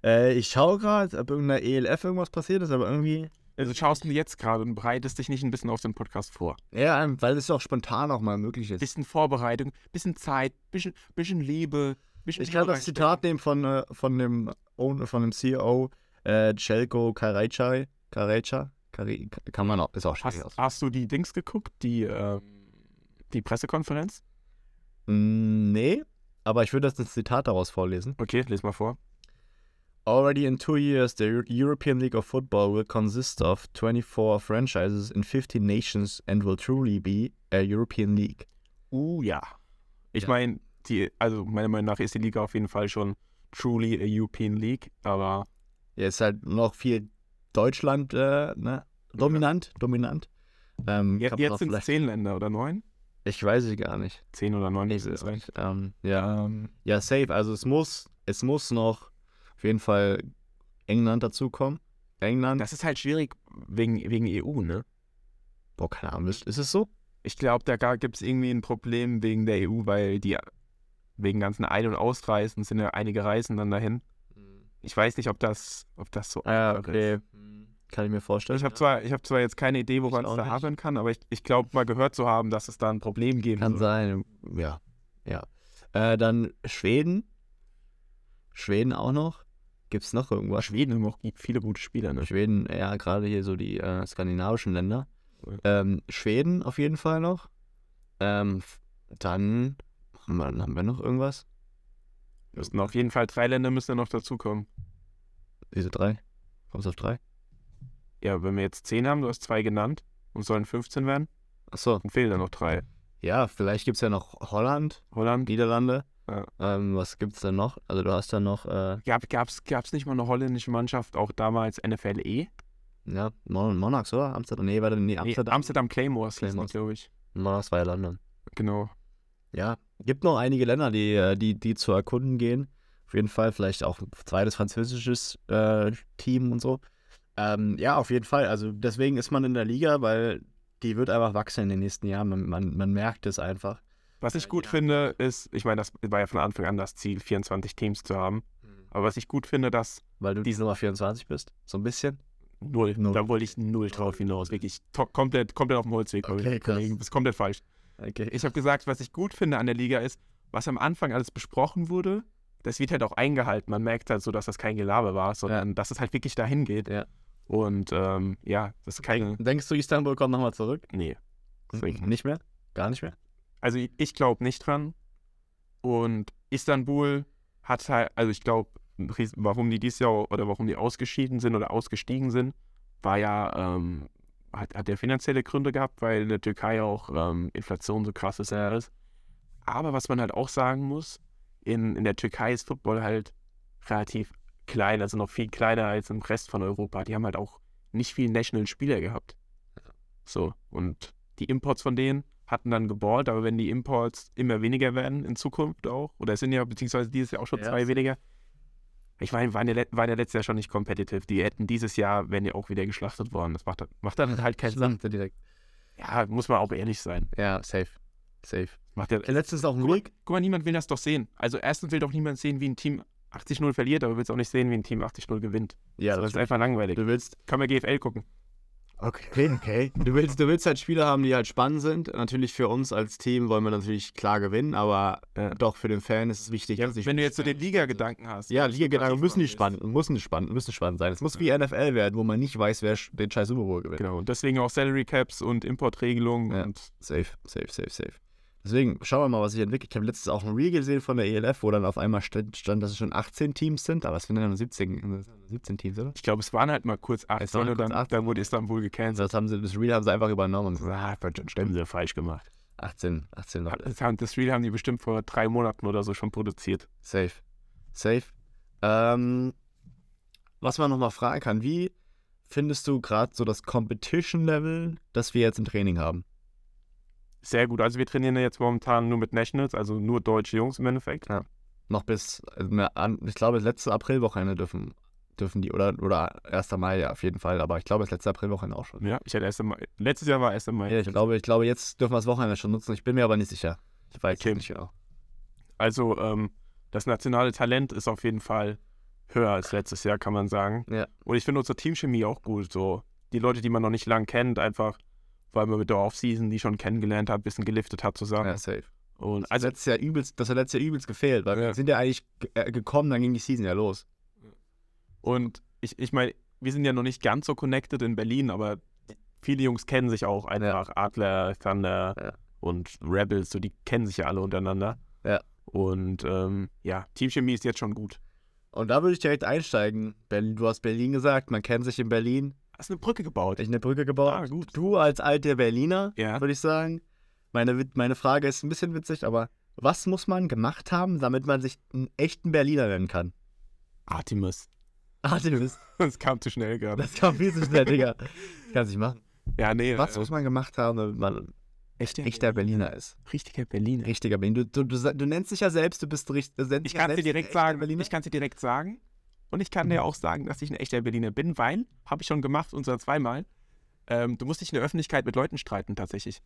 Äh, ich schaue gerade, ob irgendeiner ELF irgendwas passiert ist, aber irgendwie.
Also schaust du jetzt gerade und bereitest dich nicht ein bisschen auf den Podcast vor.
Ja, ähm, weil es auch spontan auch mal möglich ist.
Bisschen Vorbereitung, bisschen Zeit, bisschen, bisschen Liebe, bisschen
Ich kann das Zitat nehmen von, äh, von, dem, Own- von dem CEO, äh, Celko Karajcai. Karajca? Kari- Kann man auch, ist auch schwierig aus.
Hast, hast du die Dings geguckt, die, äh, die Pressekonferenz?
Mm, nee, aber ich würde jetzt ein Zitat daraus vorlesen.
Okay, les mal vor.
Already in two years, the Eu- European League of Football will consist of 24 franchises in 15 nations and will truly be a European League.
Uh, ja. Ich
Ja.
meine, die, also meiner Meinung nach ist die Liga auf jeden Fall schon truly a European League, aber
Ja, ist halt noch viel Deutschland, äh, ne? Dominant, dominant. Ähm,
je,
kann man
jetzt
auch
sind es
vielleicht-
zehn Länder oder neun?
Ich weiß es gar nicht.
Zehn oder neun
Nee,
müssen es sein.
ähm, ja.
Ähm,
Ja, safe. Also es muss, es muss noch auf jeden Fall England dazukommen. England.
das ist halt schwierig wegen, wegen EU, ne?
Boah, keine Ahnung, ist, ist es so?
Ich glaube, da gibt es irgendwie ein Problem wegen der EU, weil die wegen ganzen Ein- und Ausreisen sind ja einige Reisen dann dahin. Ich weiß nicht, ob das, ob das so
Ah,
einfach
okay.
ist.
Kann ich mir vorstellen.
Hm. Ich habe zwar, ich hab zwar jetzt keine Idee, woran
Ich
es
auch
da
nicht.
haben kann, aber ich, ich glaube mal gehört zu haben, dass es da ein Problem geben
Kann
soll.
sein. Ja. Ja. Äh, dann Schweden. Schweden auch noch. Gibt's noch irgendwas?
Schweden noch gibt viele gute Spieler, ne?
Schweden, ja, gerade hier so die äh, skandinavischen Länder.
Oh
Ähm, Schweden auf jeden Fall noch. Ähm, f- dann haben wir, haben wir noch irgendwas?
Müssen auf jeden Fall drei Länder müssen ja noch dazukommen.
Diese drei? Kommst du auf drei?
Ja, wenn wir jetzt zehn haben, du hast zwei genannt und sollen 15 werden,
Achso.
dann fehlen da noch drei.
Ja, vielleicht gibt es ja noch Holland,
Holland?
Niederlande.
Ja.
Ähm, was gibt es denn noch? Also du hast dann noch, äh,
Gab, gab's, gab's nicht mal eine holländische Mannschaft, auch damals NFLE?
ja, Mon Monarchs, oder? Amsterdam, nee, warte, nee,
Nee,
Amsterdam.
Amsterdam Claymores, Claymores.
Claymores.
glaube ich.
Monarchs war ja London.
Genau.
Ja, gibt noch einige Länder, die, äh, die, die zu erkunden gehen. Auf jeden Fall vielleicht auch ein zweites französisches äh, Team und so. Ähm, ja, auf jeden Fall. Also deswegen ist man in der Liga, weil die wird einfach wachsen in den nächsten Jahren. Man, man, man merkt es einfach.
Was ich
Äh,
gut
ja.
finde, ist, ich meine, das war ja von Anfang an das Ziel, 24 Teams zu haben.
Mhm.
Aber was ich gut finde, dass
Weil du diese Nummer 24 bist, so ein bisschen.
null,
Null.
da wollte ich null drauf hinaus, wirklich to- komplett, komplett auf dem Holzweg.
Okay,
Kollegen.
krass.
Kollegen, Das ist komplett falsch.
Okay.
Ich habe gesagt, was ich gut finde an der Liga ist, was am Anfang alles besprochen wurde, das wird halt auch eingehalten. Man merkt halt so, dass das kein Gelaber war, sondern dass es halt wirklich dahin geht.
Ja.
Und ähm, ja, das ist keine.
Denkst du, Istanbul kommt nochmal zurück?
Nee. Deswegen.
Nicht mehr? Gar nicht mehr?
Also ich- ich glaube nicht dran. Und Istanbul hat halt, also ich glaube, warum die dieses Jahr oder warum die ausgeschieden sind oder ausgestiegen sind, war ja, ähm, hat, hat ja finanzielle Gründe gehabt, weil in der Türkei auch ähm, Inflation so krass ist. Ja. alles. Aber was man halt auch sagen muss, in, in der Türkei ist Football halt relativ klein, also noch viel kleiner als im Rest von Europa. Die haben halt auch nicht viel National-Spieler gehabt. So, und die Imports von denen hatten dann geballt, aber wenn die Imports immer weniger werden in Zukunft auch, oder es sind ja beziehungsweise dieses Jahr auch schon
Ja.
zwei weniger, ich meine, waren ja, le- waren ja letztes Jahr schon nicht competitive. Die hätten dieses Jahr, wären ja auch wieder geschlachtet worden. Das macht, dann- macht dann halt keinen Sinn.
Sagte direkt.
Ja, muss man auch ehrlich sein.
Ja, safe. Safe.
Macht ja,
Letztens auf dem
Guck
Weg.
mal, guck mal, niemand will das doch sehen. Also erstens will doch niemand sehen, wie ein Team 80-0 verliert, aber willst auch nicht sehen, wie ein Team 80-0 gewinnt.
Ja,
so, das ist
natürlich.
einfach langweilig.
Du willst.
Kann man GFL gucken.
Okay, okay. Du willst, du willst halt Spieler haben, die halt spannend sind. Natürlich für uns als Team wollen wir natürlich klar gewinnen, aber äh,
Ja.
doch für den Fan ist es wichtig, dass die
Wenn du jetzt so den Liga-Gedanken hast.
ja, Liga-Gedanken müssen die
spannend.
spannend, müssen spannend, müssen spannend sein. Es muss wie NFL werden, wo man nicht weiß, wer sch- den scheiß Super Bowl gewinnt.
Genau, und deswegen auch Salary Caps und Importregelungen
Ja.
und
Safe, safe, safe, safe. Deswegen schauen wir mal, was sich entwickelt. Ich habe letztens auch ein Reel gesehen von der ELF, wo dann auf einmal stand, stand dass es schon 18 Teams sind, aber es sind ja nur 17, 17 Teams, oder?
ich glaube, es waren halt mal kurz acht,
Es waren
sondern
kurz
dann,
acht.
dann wurde Istanbul gecancelt.
Das, haben sie, das Reel haben sie einfach übernommen. Und so, ah,
Ah, verdammt, stimmt, sie falsch gemacht.
18, 18 noch.
Das, haben- das Reel haben die bestimmt vor drei Monaten oder so schon produziert.
Safe. Safe. Ähm, was man nochmal fragen kann, wie findest du gerade so das Competition-Level, das wir jetzt im Training haben?
Sehr gut. Also wir trainieren ja jetzt momentan nur mit Nationals, also nur deutsche Jungs im Endeffekt.
Ja. Noch bis, also mehr an, ich glaube, das letzte Aprilwochenende dürfen, dürfen die, oder, oder 1. Mai ja, auf jeden Fall, aber ich glaube, das letzte Aprilwochenende auch schon.
Ja, ich hatte erst einmal, letztes Jahr war erst einmal.
Ja, ich, glaube, ich glaube, jetzt dürfen wir das Wochenende schon nutzen, ich bin mir aber nicht sicher. Ich weiß es
Okay.
nicht genau.
Also ähm, das nationale Talent ist auf jeden Fall höher als letztes Jahr, kann man sagen.
Ja.
Und ich finde unsere Teamchemie auch gut. So die Leute, die man noch nicht lang kennt, einfach, weil man mit der Offseason die schon kennengelernt hat, ein bisschen geliftet hat zusammen.
Ja, safe.
Und
Also
also
letztes Jahr übelst, das hat letztes Jahr übelst gefehlt, weil
Ja.
wir sind ja eigentlich ge- äh, gekommen, dann ging die Season ja los.
Und ich, ich meine, wir sind ja noch nicht ganz so connected in Berlin, aber viele Jungs kennen sich auch einfach. Adler, Thunder
Ja.
und Rebels, so die kennen sich ja alle untereinander.
Ja.
Und ähm, ja, Teamchemie ist jetzt schon gut.
Und da würde ich direkt einsteigen. Berlin, du hast Berlin gesagt, man kennt sich in Berlin.
Hast eine Brücke gebaut.
Hab ich eine Brücke gebaut.
Ah, gut.
Du als alter Berliner,
Ja.
würde ich sagen. Meine, Wit- meine Frage ist ein bisschen witzig, aber was muss man gemacht haben, damit man sich einen echten Berliner nennen kann?
Artemis.
Artemis,
Das kam zu schnell gerade.
das kam viel zu schnell, Digga. Kannst nicht machen.
Ja, nee. äh,
Was muss man gemacht haben, damit man ein
echter,
echter Berliner ist?
richtiger Berliner.
Richtiger Berliner. Du, du, du, sa- du nennst dich ja selbst, du bist richtig. Du nennst dich
Ich
ja
kann es dir
selbst ein
direkt
echter
sagen,
Berliner. Mhm.
ich kann dir direkt sagen. Und ich kann dir auch sagen, dass ich ein echter Berliner bin, weil, habe ich schon gemacht, und zwar zweimal, ähm, du musst dich in der Öffentlichkeit mit Leuten streiten tatsächlich.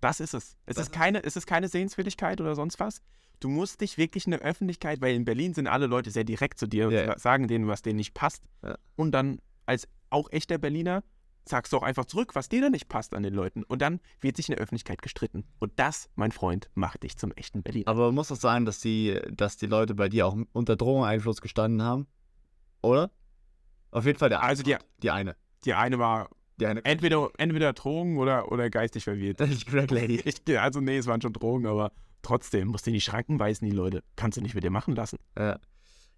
Das ist es. Es ist, keine, es ist keine Sehenswürdigkeit oder sonst was. Du musst dich wirklich in der Öffentlichkeit, weil in Berlin sind alle Leute sehr direkt zu dir und
Ja, ja.
sagen denen, was denen nicht passt.
Ja.
Und dann als auch echter Berliner sagst du auch einfach zurück, was dir da nicht passt an den Leuten. Und dann wird sich in der Öffentlichkeit gestritten. Und das, mein Freund, macht dich zum echten Berliner.
Aber man muss doch sagen, dass die, dass die Leute bei dir auch unter Drogeneinfluss gestanden haben. Oder? Auf jeden Fall der
Also die,
die eine.
die eine war
Die eine.
Entweder, entweder Drogen oder, oder geistig verwirrt.
Die Crack Lady.
Ich, also nee, es waren schon Drogen, aber trotzdem, musst du in die Schranken weisen, die Leute. Kannst du nicht mit dir machen lassen.
Ja,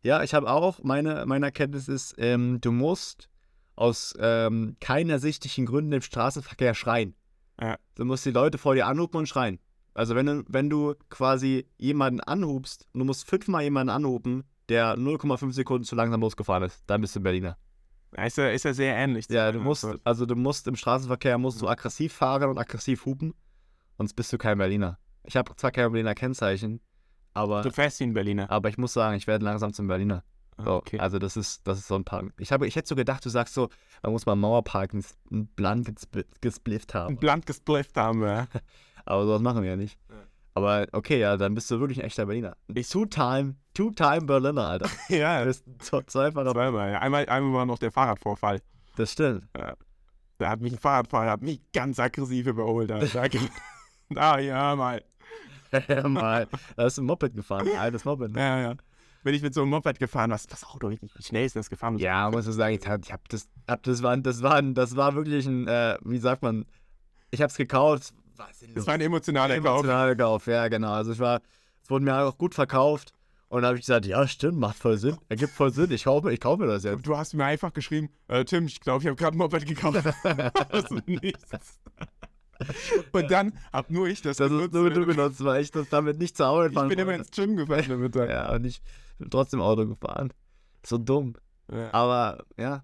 ja ich habe auch, meine, meine Erkenntnis ist, ähm, du musst aus ähm, keinen ersichtlichen Gründen im Straßenverkehr schreien.
Ja.
Du musst die Leute vor dir anhupen und schreien. Also wenn du, wenn du quasi jemanden anhubst, und du musst fünfmal jemanden anhupen, der 0,5 Sekunden zu langsam losgefahren ist, dann bist du ein Berliner.
Da Ist ja, ist ja Mhm. sehr ähnlich. zu
Ja, du
meiner
musst,
Antwort.
also du musst im Straßenverkehr musst du aggressiv fahren und aggressiv hupen, sonst bist du kein Berliner. Ich habe zwar kein Berliner Kennzeichen, aber,
Du fährst wie ein Berliner.
aber ich muss sagen, ich werde langsam zum Berliner. So,
Okay.
Also das ist, das ist so ein Park. Ich, habe, ich hätte so gedacht, du sagst so, man muss mal im Mauerpark einen S- einen Blunt gespl- gesplifft
Ein
haben.
Blunt gesplifft haben wir.
Aber sowas machen wir ja nicht. Aber okay, ja, dann bist du wirklich ein echter Berliner.
Ich-
Two-time, two-time Berliner, Alter.
ja,
Du
das
bist so- zweifacher.
zweimal. ja. Einmal, einmal war noch der Fahrradvorfall.
Das stimmt.
Da hat mich ein Fahrradfahrer hat mich ganz aggressiv überholt. Da, da, ah, ja, mal.
Ja, mal. Da hast du ein Moped gefahren, ein altes Moped. Ne?
Ja, ja. Wenn ich mit so einem Moped gefahren, was, was Auto, wie wie schnell ist das gefahren?
Ja, muss ich sagen, ich hab, ich hab das, hab das war, das war, das war wirklich ein, äh, wie sagt man, ich hab's gekauft. Was denn
Das war ein emotionaler Kauf.
Emotional gekauft, ja, genau. Also ich war, es wurde mir auch gut verkauft und da habe ich gesagt, ja, stimmt, macht voll Sinn, ergibt voll Sinn, ich kaufe, ich kaufe mir das jetzt.
Äh, Du hast mir einfach geschrieben, äh, Tim, ich glaube, ich habe gerade ein Moped gekauft. Aus dem Nichts. Und dann hab nur ich das,
Das ist
benutzt.
nur du benutzt, weil ich das damit nicht zur Arbeit
Ich
fahren
bin immer
wollte.
ins Gym gefallen damit. Ja.
Ja, und ich bin trotzdem Auto gefahren. So dumm.
Ja.
Aber ja,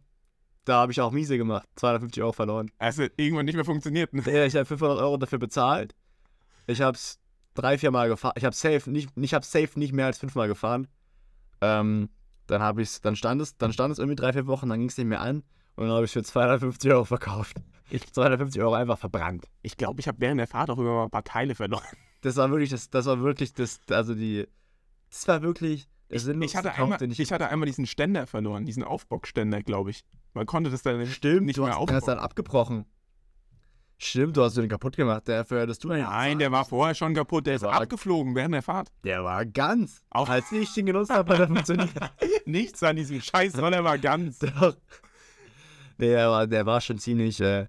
da habe ich auch miese gemacht. 250 Euro verloren.
Also irgendwann nicht mehr funktioniert. Ne?
Ja, ich habe 500 Euro dafür bezahlt. Ich habe es drei, vier Mal gefahren. Ich habe safe nicht, ich habe safe nicht mehr als fünfmal gefahren. Ähm, dann habe ich dann stand es, dann stand es irgendwie drei, vier Wochen, dann ging es nicht mehr an und dann habe ich für 250 Euro verkauft. Ich 250 Euro einfach verbrannt.
Ich glaube, ich habe während der Fahrt auch immer mal ein paar Teile verloren.
Das war wirklich das, das war wirklich das, also die, das war wirklich der
Ich
sinnloseste
hatte,
Kauf,
einmal,
den
ich, hatte einmal diesen Ständer verloren, diesen Aufbockständer, glaube ich. Man konnte das dann nicht,
Stimmt,
nicht
du
mehr
hast, hast
aufbocken.
dann abgebrochen. Stimmt, du hast den kaputt gemacht. Dafür hättest du einen.
Nein, der war vorher schon kaputt. Der ist
Aber-
abgeflogen während der Fahrt.
der war ganz.
Auch-
Als ich den genutzt habe, hat er funktioniert.
Nichts an diesem Scheiß, sondern war ganz.
Doch. Nee, der war, der war schon ziemlich, äh,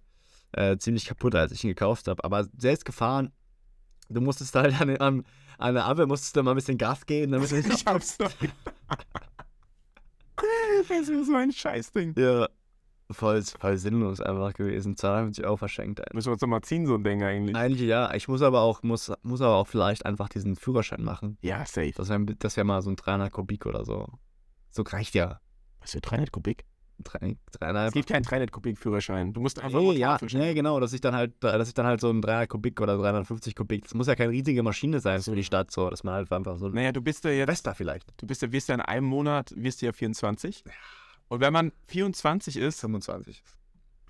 äh, ziemlich kaputt, als ich ihn gekauft habe. Aber selbst gefahren, du musstest halt an, an, an der Ampel musstest du mal ein bisschen Gas geben, damit du nicht
Ich hab's noch. das ist so ein Scheißding.
ja, voll, voll sinnlos einfach gewesen. Zahlen haben sich auch verschenkt.
Müssen wir uns nochmal ziehen, so ein Ding eigentlich.
Eigentlich ja. Ich muss aber auch, muss, muss aber auch vielleicht einfach diesen Führerschein machen.
Ja, safe.
Das wäre das wär mal so ein 300 Kubik oder so. So reicht ja.
Was für 300 Kubik?
Drei-
Es
Dreieinhalb.
gibt keinen 300-Kubik-Führerschein. Du musst einfach
Nee,
nur
ja,
Motorrad
nee, genau, dass ich dann halt, dass ich dann halt so ein 300 Kubik oder 350 Kubik, das muss ja keine riesige Maschine sein für die Stadt, so, dass man halt einfach so ein
Naja, du bist ja jetzt,
Vesta vielleicht.
du bist ja, wirst ja in einem Monat, wirst du ja 24. Und wenn man 24 ist,
25.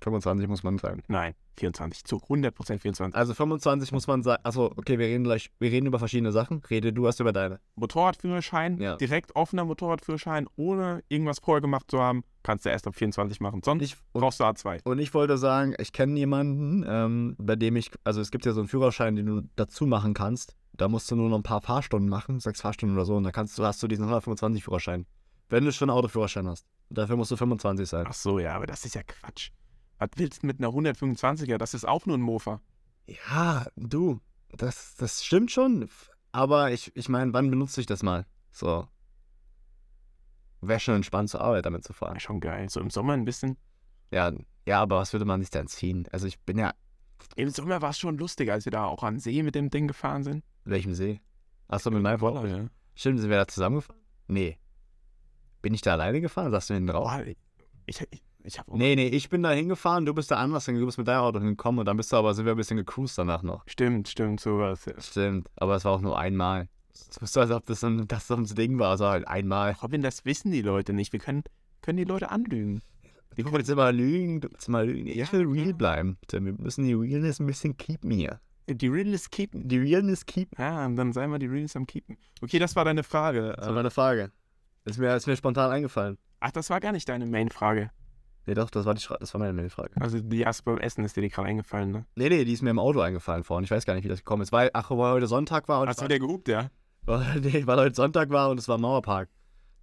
25 muss man sagen.
nein, 24, zu 100% 24.
Also 25 muss man sagen, also okay, wir reden gleich, wir reden über verschiedene Sachen. Rede du erst über deine.
Motorradführerschein,
Ja.
direkt offener Motorradführerschein, ohne irgendwas vorher gemacht zu haben, kannst du erst ab 24 machen. Sonst
Ich, und,
brauchst du A2.
und ich wollte sagen, ich kenne jemanden, ähm, bei dem ich, also es gibt ja so einen Führerschein, den du dazu machen kannst. Da musst du nur noch ein paar Fahrstunden machen, sechs Fahrstunden oder so, und dann kannst du, hast du diesen 125 Führerschein. Wenn du schon einen Autoführerschein hast. Dafür musst du 25 sein.
Ach so, ja, aber das ist ja Quatsch. Was willst du mit einer 125er? Das ist auch nur ein Mofa.
Ja, du, das, das stimmt schon. f- Aber ich, ich meine, wann benutze ich das mal? So. Wäre schon entspannt zur Arbeit damit zu fahren.
Ah, schon geil. So im Sommer ein bisschen.
Ja, ja, aber was würde man sich dann ziehen? Also ich bin ja,
Im Sommer war es schon lustig, als wir da auch an See mit dem Ding gefahren sind.
welchem See? Achso, mit meinem Freund?
ja.
Stimmt, sind wir da zusammengefahren? Nee. Bin ich da alleine gefahren? Sagst du hinten drauf?
Boah, Oh, ich, ich, ich habe
Nee, nee, ich bin da hingefahren, du bist da anders hingekommen, du bist mit deinem Auto hingekommen und dann bist du aber, sind wir ein bisschen gecruised danach noch.
Stimmt, stimmt, sowas. Ja.
Stimmt, aber es war auch nur einmal. Es ist so, als ob das so ein, das so ein Ding war, also halt einmal.
Robin, das wissen die Leute nicht. Wir können, können die Leute anlügen.
Wir wollen jetzt immer lügen, du willst mal lügen. Ich
Ja,
will real
ja.
bleiben. Tim. Wir müssen die Realness ein bisschen keepen hier.
Die Realness keepen.
Die Realness keepen.
Ja, und dann seien wir die Realness am keepen. Okay, das war deine Frage.
Das war meine Frage. Ist mir, ist mir spontan eingefallen.
Ach, das war gar nicht deine Main-Frage.
Nee, doch, das war, die, Schra- das war meine Mailfrage.
Also die erst beim Essen ist dir die gerade eingefallen, ne?
Nee, nee, die ist mir im Auto eingefallen vorhin. Ich weiß gar nicht, wie das gekommen ist. Weil, ach, weil heute Sonntag war und
Hast du
es
wieder gehupt, ja?
war, weil- nee, weil heute Sonntag war und es war Mauerpark.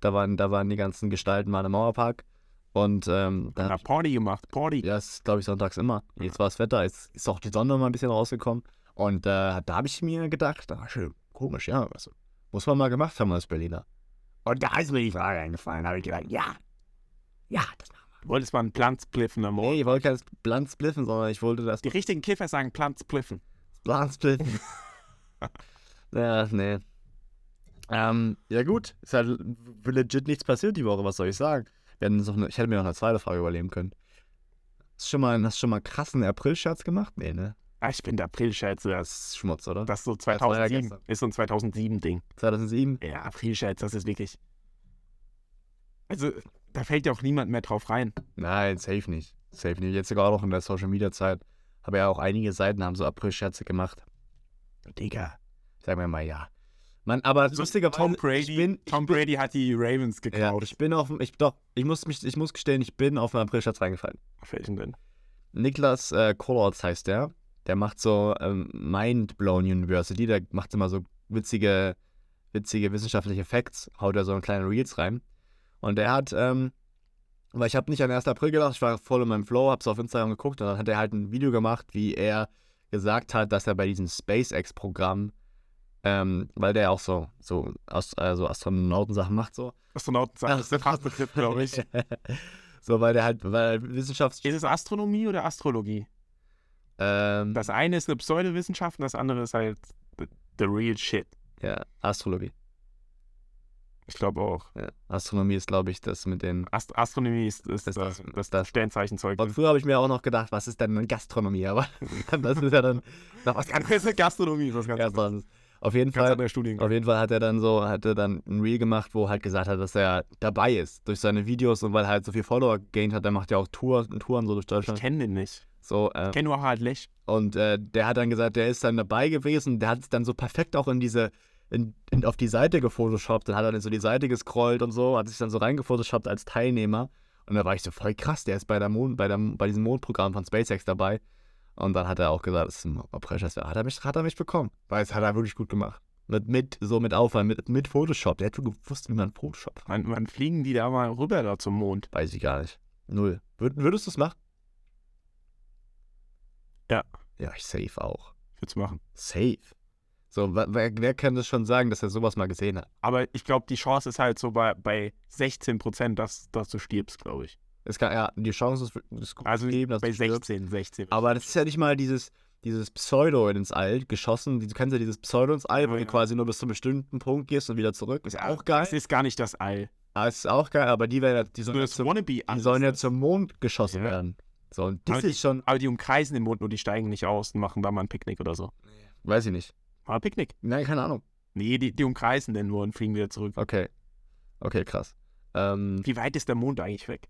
Da waren, da waren die ganzen Gestalten mal im Mauerpark. Und ähm, da
Na, Party gemacht, Party.
Ja, das ist, glaube ich, sonntags immer. Jetzt war das Wetter, jetzt ist auch die Sonne mal ein bisschen rausgekommen. Und äh, da habe ich mir gedacht, ah, schön, komisch, ja, was, muss man mal gemacht haben als Berliner. Und da ist mir die Frage eingefallen, habe ich gedacht, ja, ja, das machen
Du wolltest mal einen Planzbliffen am
wir.
Morgen.
Nee, ich wollte kein Blunt spliffen, sondern ich wollte das
Die richtigen Kiffer sagen Planzbliffen.
Blunt spliffen. ja, nee. Ähm, ja gut, ist halt legit nichts passiert die Woche, was soll ich sagen? Wir hatten uns noch eine, ich hätte mir noch eine zweite Frage überleben können. Hast du schon mal, hast du schon mal krassen April-Scherz gemacht? Nee, ne?
Ah, ich bin der Aprilscherz. Das,
Das ist Schmutz, oder?
das ist so
war ja
2007.
gestern.
ist so ein 2007-Ding.
2007?
Ja, Aprilscherz, das ist wirklich... Also, da fällt ja auch niemand mehr drauf rein.
Nein, safe nicht. Safe nicht. Jetzt sogar noch in der Social Media Zeit. Aber ja, auch einige Seiten haben so April-Scherze gemacht. Digga. Sagen wir mal ja. Mann, aber Also lustigerweise.
Tom Brady,
Ich bin,
Tom Brady hat die Ravens
ja,
geklaut.
ich bin auf dem- ich, doch, ich muss, mich, ich muss gestehen, ich bin auf einen April-Scherz reingefallen.
Auf welchen denn?
Niklas äh, Kollatz heißt der. Der macht so ähm, Mind-Blown University. Der macht immer so witzige, witzige wissenschaftliche Facts. Haut da so in kleine Reels rein. Und der hat, ähm, weil ich habe nicht an 1. April gedacht, ich war voll in meinem Flow, hab's auf Instagram geguckt und dann hat er halt ein Video gemacht, wie er gesagt hat, dass er bei diesem SpaceX-Programm, ähm, weil der auch so, so, Ast äh, so Astronautensachen macht, so.
Astronauten sagen, das ist der Fachbegriff, glaube ich.
so, weil der halt, weil er Wissenschafts...
Ist es Astronomie oder Astrologie?
Ähm,
Das eine ist eine Pseudowissenschaft und das andere ist halt the, the real shit.
ja, Astrologie.
Ich glaube auch.
Ja. Astronomie ist, glaube ich, das mit den.
Ast Astronomie ist, ist
Das-
das,
das-
das,
das-
Sternzeichenzeug.
Und früher habe ich mir auch noch gedacht, was ist denn eine Gastronomie? Aber das ist ja dann noch was ganz,
Das ist Gastronomie, was ganz,
ganz
ganz
anderes. Auf jeden Fall,
anderer Studiengang.
auf jeden Fall hat er dann so, hat er dann ein Reel gemacht, wo halt gesagt hat, dass er dabei ist durch seine Videos und weil er halt so viel Follower gained hat, der macht ja auch Tour, Touren so durch
Ich
Deutschland.
kenne den nicht.
So, äh,
Ich kenne nur Harald Lech.
Und äh, der hat dann gesagt, der ist dann dabei gewesen. Der hat es dann so perfekt auch in diese, in, in, auf die Seite gefotoshoppt. Dann hat er dann so die Seite gescrollt und so, hat sich dann so reingefotoshoppt als Teilnehmer. Und da war ich so voll krass, der ist bei, der Mond, bei, der, bei diesem Mondprogramm von SpaceX dabei. Und dann hat er auch gesagt, das ist ein Precious, hat er mich, hat er mich bekommen. Weil es hat er wirklich gut gemacht. Mit, mit so mit Aufwand, mit, mit Photoshop. Der hätte gewusst, wie man Photoshop macht.
Wann, wann fliegen die da mal rüber da zum Mond?
Weiß ich gar nicht. Null. Würd, würdest du es machen?
Ja.
Ja, ich safe auch.
Ich würde es machen.
Safe. So, wa- wer, wer kann das schon sagen, dass er sowas mal gesehen hat?
Aber ich glaube, die Chance ist halt so bei, bei 16 Prozent, dass, dass du stirbst, glaube ich.
Es kann ja die Chance des, des
Also
geben, dass
bei
du stirbst.
16, 16.
Aber das ist ja nicht mal dieses, dieses Pseudo ins All geschossen. Du kennst ja dieses Pseudo ins All, wo
Ja,
du
ja.
quasi nur bis zu einem bestimmten Punkt gehst und wieder zurück. Ist auch geil.
Das ist gar nicht das All.
Ah, es ist auch geil, aber die werden ja, die sollen,
Nur
ja
das
zum,
Wannabe
die
All.
sollen ja zum Mond geschossen
Ja.
werden. So, und das
Aber
ist schon,
Aber die umkreisen den Mond nur, die steigen nicht aus und machen da mal ein Picknick oder so.
weiß ich nicht.
Mal ein Picknick.
Nein, keine Ahnung.
Nee, die, die umkreisen den nur und fliegen wieder zurück.
Okay. Okay, krass. Ähm,
Wie weit ist der Mond eigentlich weg?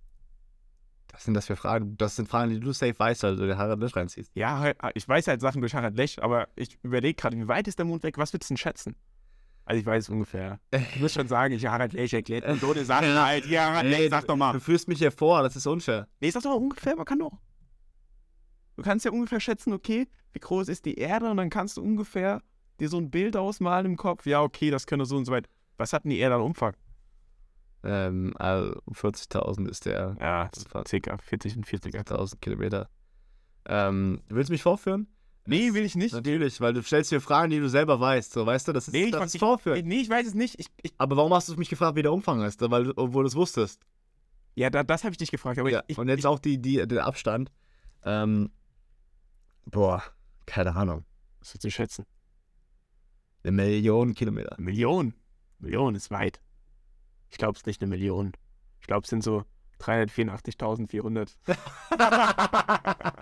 was sind das für Fragen? Das sind Fragen, die du safe weißt, weil du den Harald nicht reinziehst.
Ja, ich weiß halt Sachen durch Harald Lech, aber ich überlege gerade, wie weit ist der Mond weg? Was würdest du denn schätzen? Also ich weiß ungefähr. Ich muss schon sagen, ich Harald Lech erklärt mir so eine Sache halt. Ja, Harald Lech, sag
Du
doch mal.
führst mich hier vor, das ist unfair.
Nee, sag doch mal ungefähr, man kann doch. Du kannst ja ungefähr schätzen, okay, wie groß ist die Erde und dann kannst du ungefähr dir so ein Bild ausmalen im Kopf. Ja, okay, das könnte so und so weit. Was hat denn die Erde an Umfang?
Ähm, also 40.000 ist der
Ja, ca. 40 und 40er.
40.000 Kilometer. Ähm, willst du mich vorführen?
Nee, will ich nicht.
Natürlich, weil du stellst mir Fragen, die du selber weißt. So, weißt du, das ist,
Nee, ich
das
weiß
ist
nicht.
Vorführen.
Nee, ich weiß es nicht. Ich, ich,
Aber warum hast du mich gefragt, wie der Umfang ist? Weil, du- obwohl du es wusstest.
ja, da, das habe ich dich gefragt. Aber
ja,
ich,
und jetzt
ich,
auch die, die, den Abstand. Ähm, boah, keine Ahnung.
Was würdest du schätzen?
Eine Million Kilometer.
Eine Million. Million ist weit. Ich glaube, es ist nicht eine Million. Ich glaube, es sind so 384.400.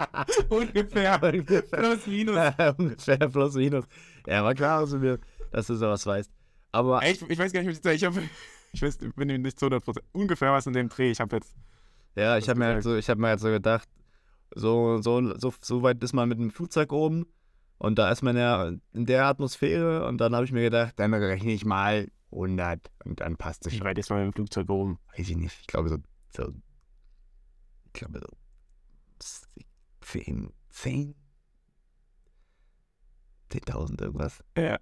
Ungefähr.
Ungefähr
Plus, minus.
Ungefähr plus minus. Ja, war klar, dass du, mir, dass du sowas weißt. Aber
Ey, Ich, ich weiß gar nicht, was ich sage. Ich, hab, ich weiß, ich bin mir nicht zu 100%. Ungefähr was in dem Dreh. Ich habe jetzt.
ja, ich
hast
habe
du
mir, halt
gesagt.
so, ich hab mir halt so gedacht, so, so, so, so weit ist man mit dem Flugzeug oben und da ist man ja in der Atmosphäre und dann habe ich mir gedacht, dann rechne ich mal 100 und dann passt es
Wie
schon.
weit ist man mit dem Flugzeug oben?
weiß ich nicht, ich glaube so, so ich glaube so 10, 10, 10.000 irgendwas.
Ja.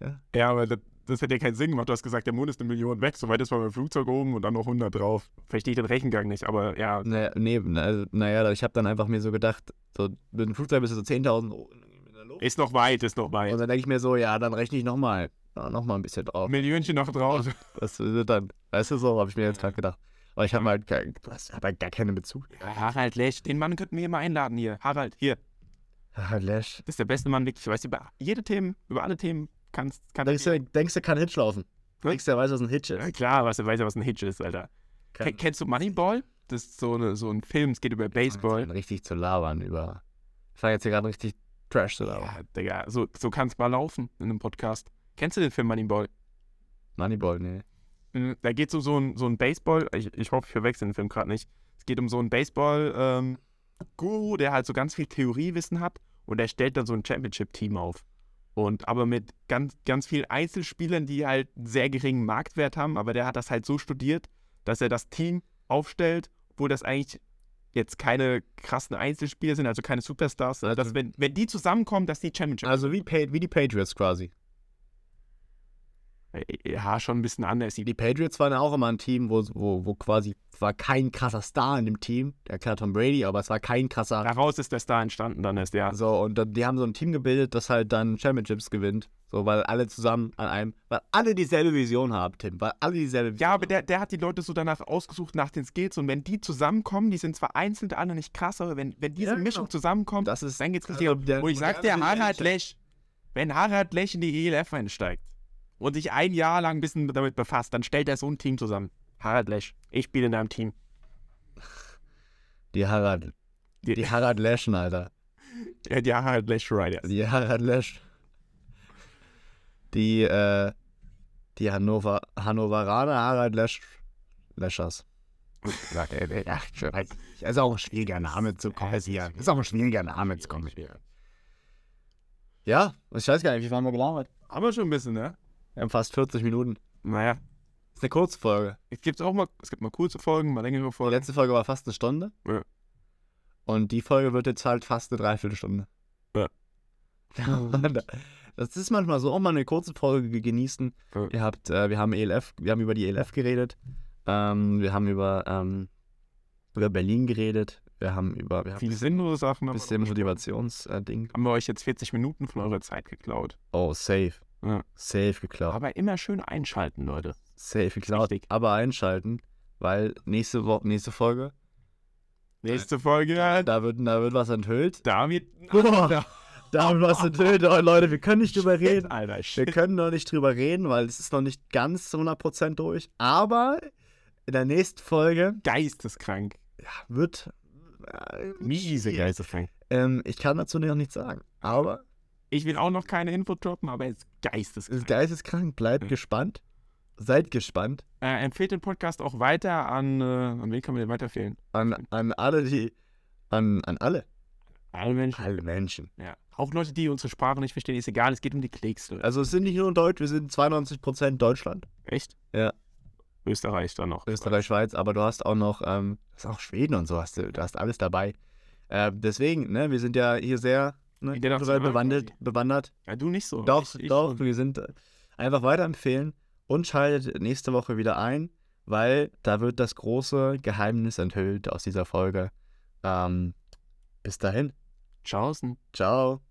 Ja.
Ja, aber das, das hätte ja keinen Sinn gemacht. Du hast gesagt, der Mond ist eine Million weg. So weit ist man mit dem Flugzeug oben und dann noch 100 drauf. Verstehe ich den Rechengang nicht, aber ja.
Naja, nee, na- also, naja, ich habe dann einfach mir so gedacht, so mit dem Flugzeug bist du so 10.000 o- in der Luft.
Ist noch weit, ist noch weit.
Und dann denke ich mir so, ja, dann rechne ich nochmal, ja, nochmal ein bisschen drauf.
Millionchen noch drauf.
Das wird dann, weißt du, so habe ich mir jetzt gerade gedacht. Aber ich habe halt, kein, ich hab halt gar keinen Bezug.
Ja, Harald Lesch, den Mann könnten wir hier mal einladen hier. Harald, hier.
Ah, Lash.
Das ist der beste Mann, wirklich. Weißt du, über jede Themen, über alle Themen kannst,
Denkst
kannst
du, denkst du, kann Hitch laufen? Denkst du, der weiß, was ein Hitch
Hm? Ja,
ist?
klar, was, weiß ja, was ein Hitch ist, Alter. Ken,
Kann-
kennst du Moneyball? Das ist so, eine, so ein Film, es geht über
Baseball.
Baseball.
Richtig zu labern über. Ich fange jetzt hier gerade richtig Trash zu labern.
Ja, Digga, so, so kann es mal laufen in einem Podcast. Kennst du den Film Moneyball?
Moneyball, ne?
Mhm, Da geht es um so ein, so ein Baseball, ich, ich hoffe, ich verwechsel den Film gerade nicht. Es geht um so einen Baseball-Guru, der halt so ganz viel Theoriewissen hat und der stellt dann so ein Championship-Team auf. Und aber mit ganz, ganz vielen Einzelspielern, die halt einen sehr geringen Marktwert haben, aber der hat das halt so studiert, dass er das Team aufstellt, obwohl das eigentlich jetzt keine krassen Einzelspieler sind, also keine Superstars,
Also-
dass wenn, wenn die zusammenkommen, dass die Championship.
Also wie, Pa- wie die Patriots quasi.
Ja, schon ein bisschen anders. Die
Die Patriots waren ja auch immer ein Team, wo, wo, wo quasi war kein krasser Star in dem Team. Ja klar, Tom Brady, aber es war kein krasser.
Daraus ist der Star entstanden dann erst, ja.
So, und dann, die haben so ein Team gebildet, das halt dann Championships gewinnt. So, weil alle zusammen an einem, weil alle dieselbe Vision haben, Tim. Weil alle dieselbe Vision
Ja, aber der, der hat die Leute so danach ausgesucht nach den Skills und wenn die zusammenkommen, die sind zwar einzeln alle nicht krass, aber wenn, wenn diese
Ja, genau.
Mischung zusammenkommt,
Das ist-
dann geht's
also
richtig ab.
der
Und ich sag dir,
moderne
Harald
Mensch-
Lech, wenn Harald Lech in die ELF einsteigt und sich ein Jahr lang ein bisschen damit befasst, dann stellt er so ein Team zusammen. Harald Lech, ich spiele in deinem Team.
Die Harald.
Die-
Die, die Harald Laschen, Alter.
Ja, die Harald Lech Riders.
Die Harald Lesch. Die, äh, die Hannover, Hannoveraner Harald Lesch, Leschers. Ach, schon. Ist Also auch ein schwieriger Name zu kommentieren. Ist auch ein schwieriger Name zu kommentieren. Ja, ich weiß gar nicht, wie viel haben wir gelabert?
Haben wir schon ein bisschen, ne?
Wir haben fast 40 Minuten.
Naja,
Ist eine Kurzfolge.
es gibt auch mal, es gibt mal kurze Folgen, mal längere
Die
Folgen.
letzte Folge war fast eine Stunde.
Ja.
Und die Folge wird jetzt halt fast eine Dreiviertelstunde.
Ja.
Das ist manchmal so, auch mal eine kurze Folge genießen.
Ja.
Ihr habt, äh, wir haben ELF, wir haben über die ELF geredet. Ähm, wir haben über, ähm, über Berlin geredet. Wir haben über wir haben
Viele sinnlose Sachen.
ein
aber-
bisschen Motivationsding.
Haben wir euch jetzt 40 Minuten von eurer Zeit geklaut.
Oh, safe.
Ja.
Safe geklaut.
Aber immer schön einschalten, Leute.
Safe geklaut.
Richtig.
Aber einschalten. weil nächste Woche, nächste Folge,
Nächste Folge hat
da wird, da wird was enthüllt.
David.
Boah, da wird was enthüllt. Oh, Leute, wir können nicht drüber reden.
Alter,
Wir
shit.
können noch nicht drüber reden, weil es ist noch nicht ganz 100% durch. Aber in der nächsten Folge
Geisteskrank.
wird. äh,
Miese geisteskrank.
Ähm, ich kann dazu noch nichts sagen. Aber
Ich will auch noch keine Info droppen, aber es ist geisteskrank.
es ist geisteskrank. Bleibt
Ja.
gespannt. Seid gespannt.
Äh, empfehlt den Podcast auch weiter an. Äh, an wen kann man den weiterfehlen?
An, an alle, die. An, an alle.
Alle Menschen.
Alle Menschen.
Ja. Auch Leute, die unsere Sprache nicht verstehen, ist egal. Es geht um die Klicks. Leute.
Also, es sind nicht nur Deutsch, wir sind 92% Deutschland.
Echt?
Ja.
Österreich dann noch.
Österreich, Schweiz, aber du hast auch noch, ähm, das ist auch Schweden und so, hast du, du hast alles dabei. Ähm, deswegen, ne, wir sind ja hier sehr ne,
International
bewandelt,
quasi.
bewandert.
Ja, du nicht so.
Doch,
Ich- ich-
doch, wir sind äh, einfach weiterempfehlen und schaltet nächste Woche wieder ein, weil da wird das große Geheimnis enthüllt aus dieser Folge. Ähm, bis dahin,
Tschaußen.
ciao.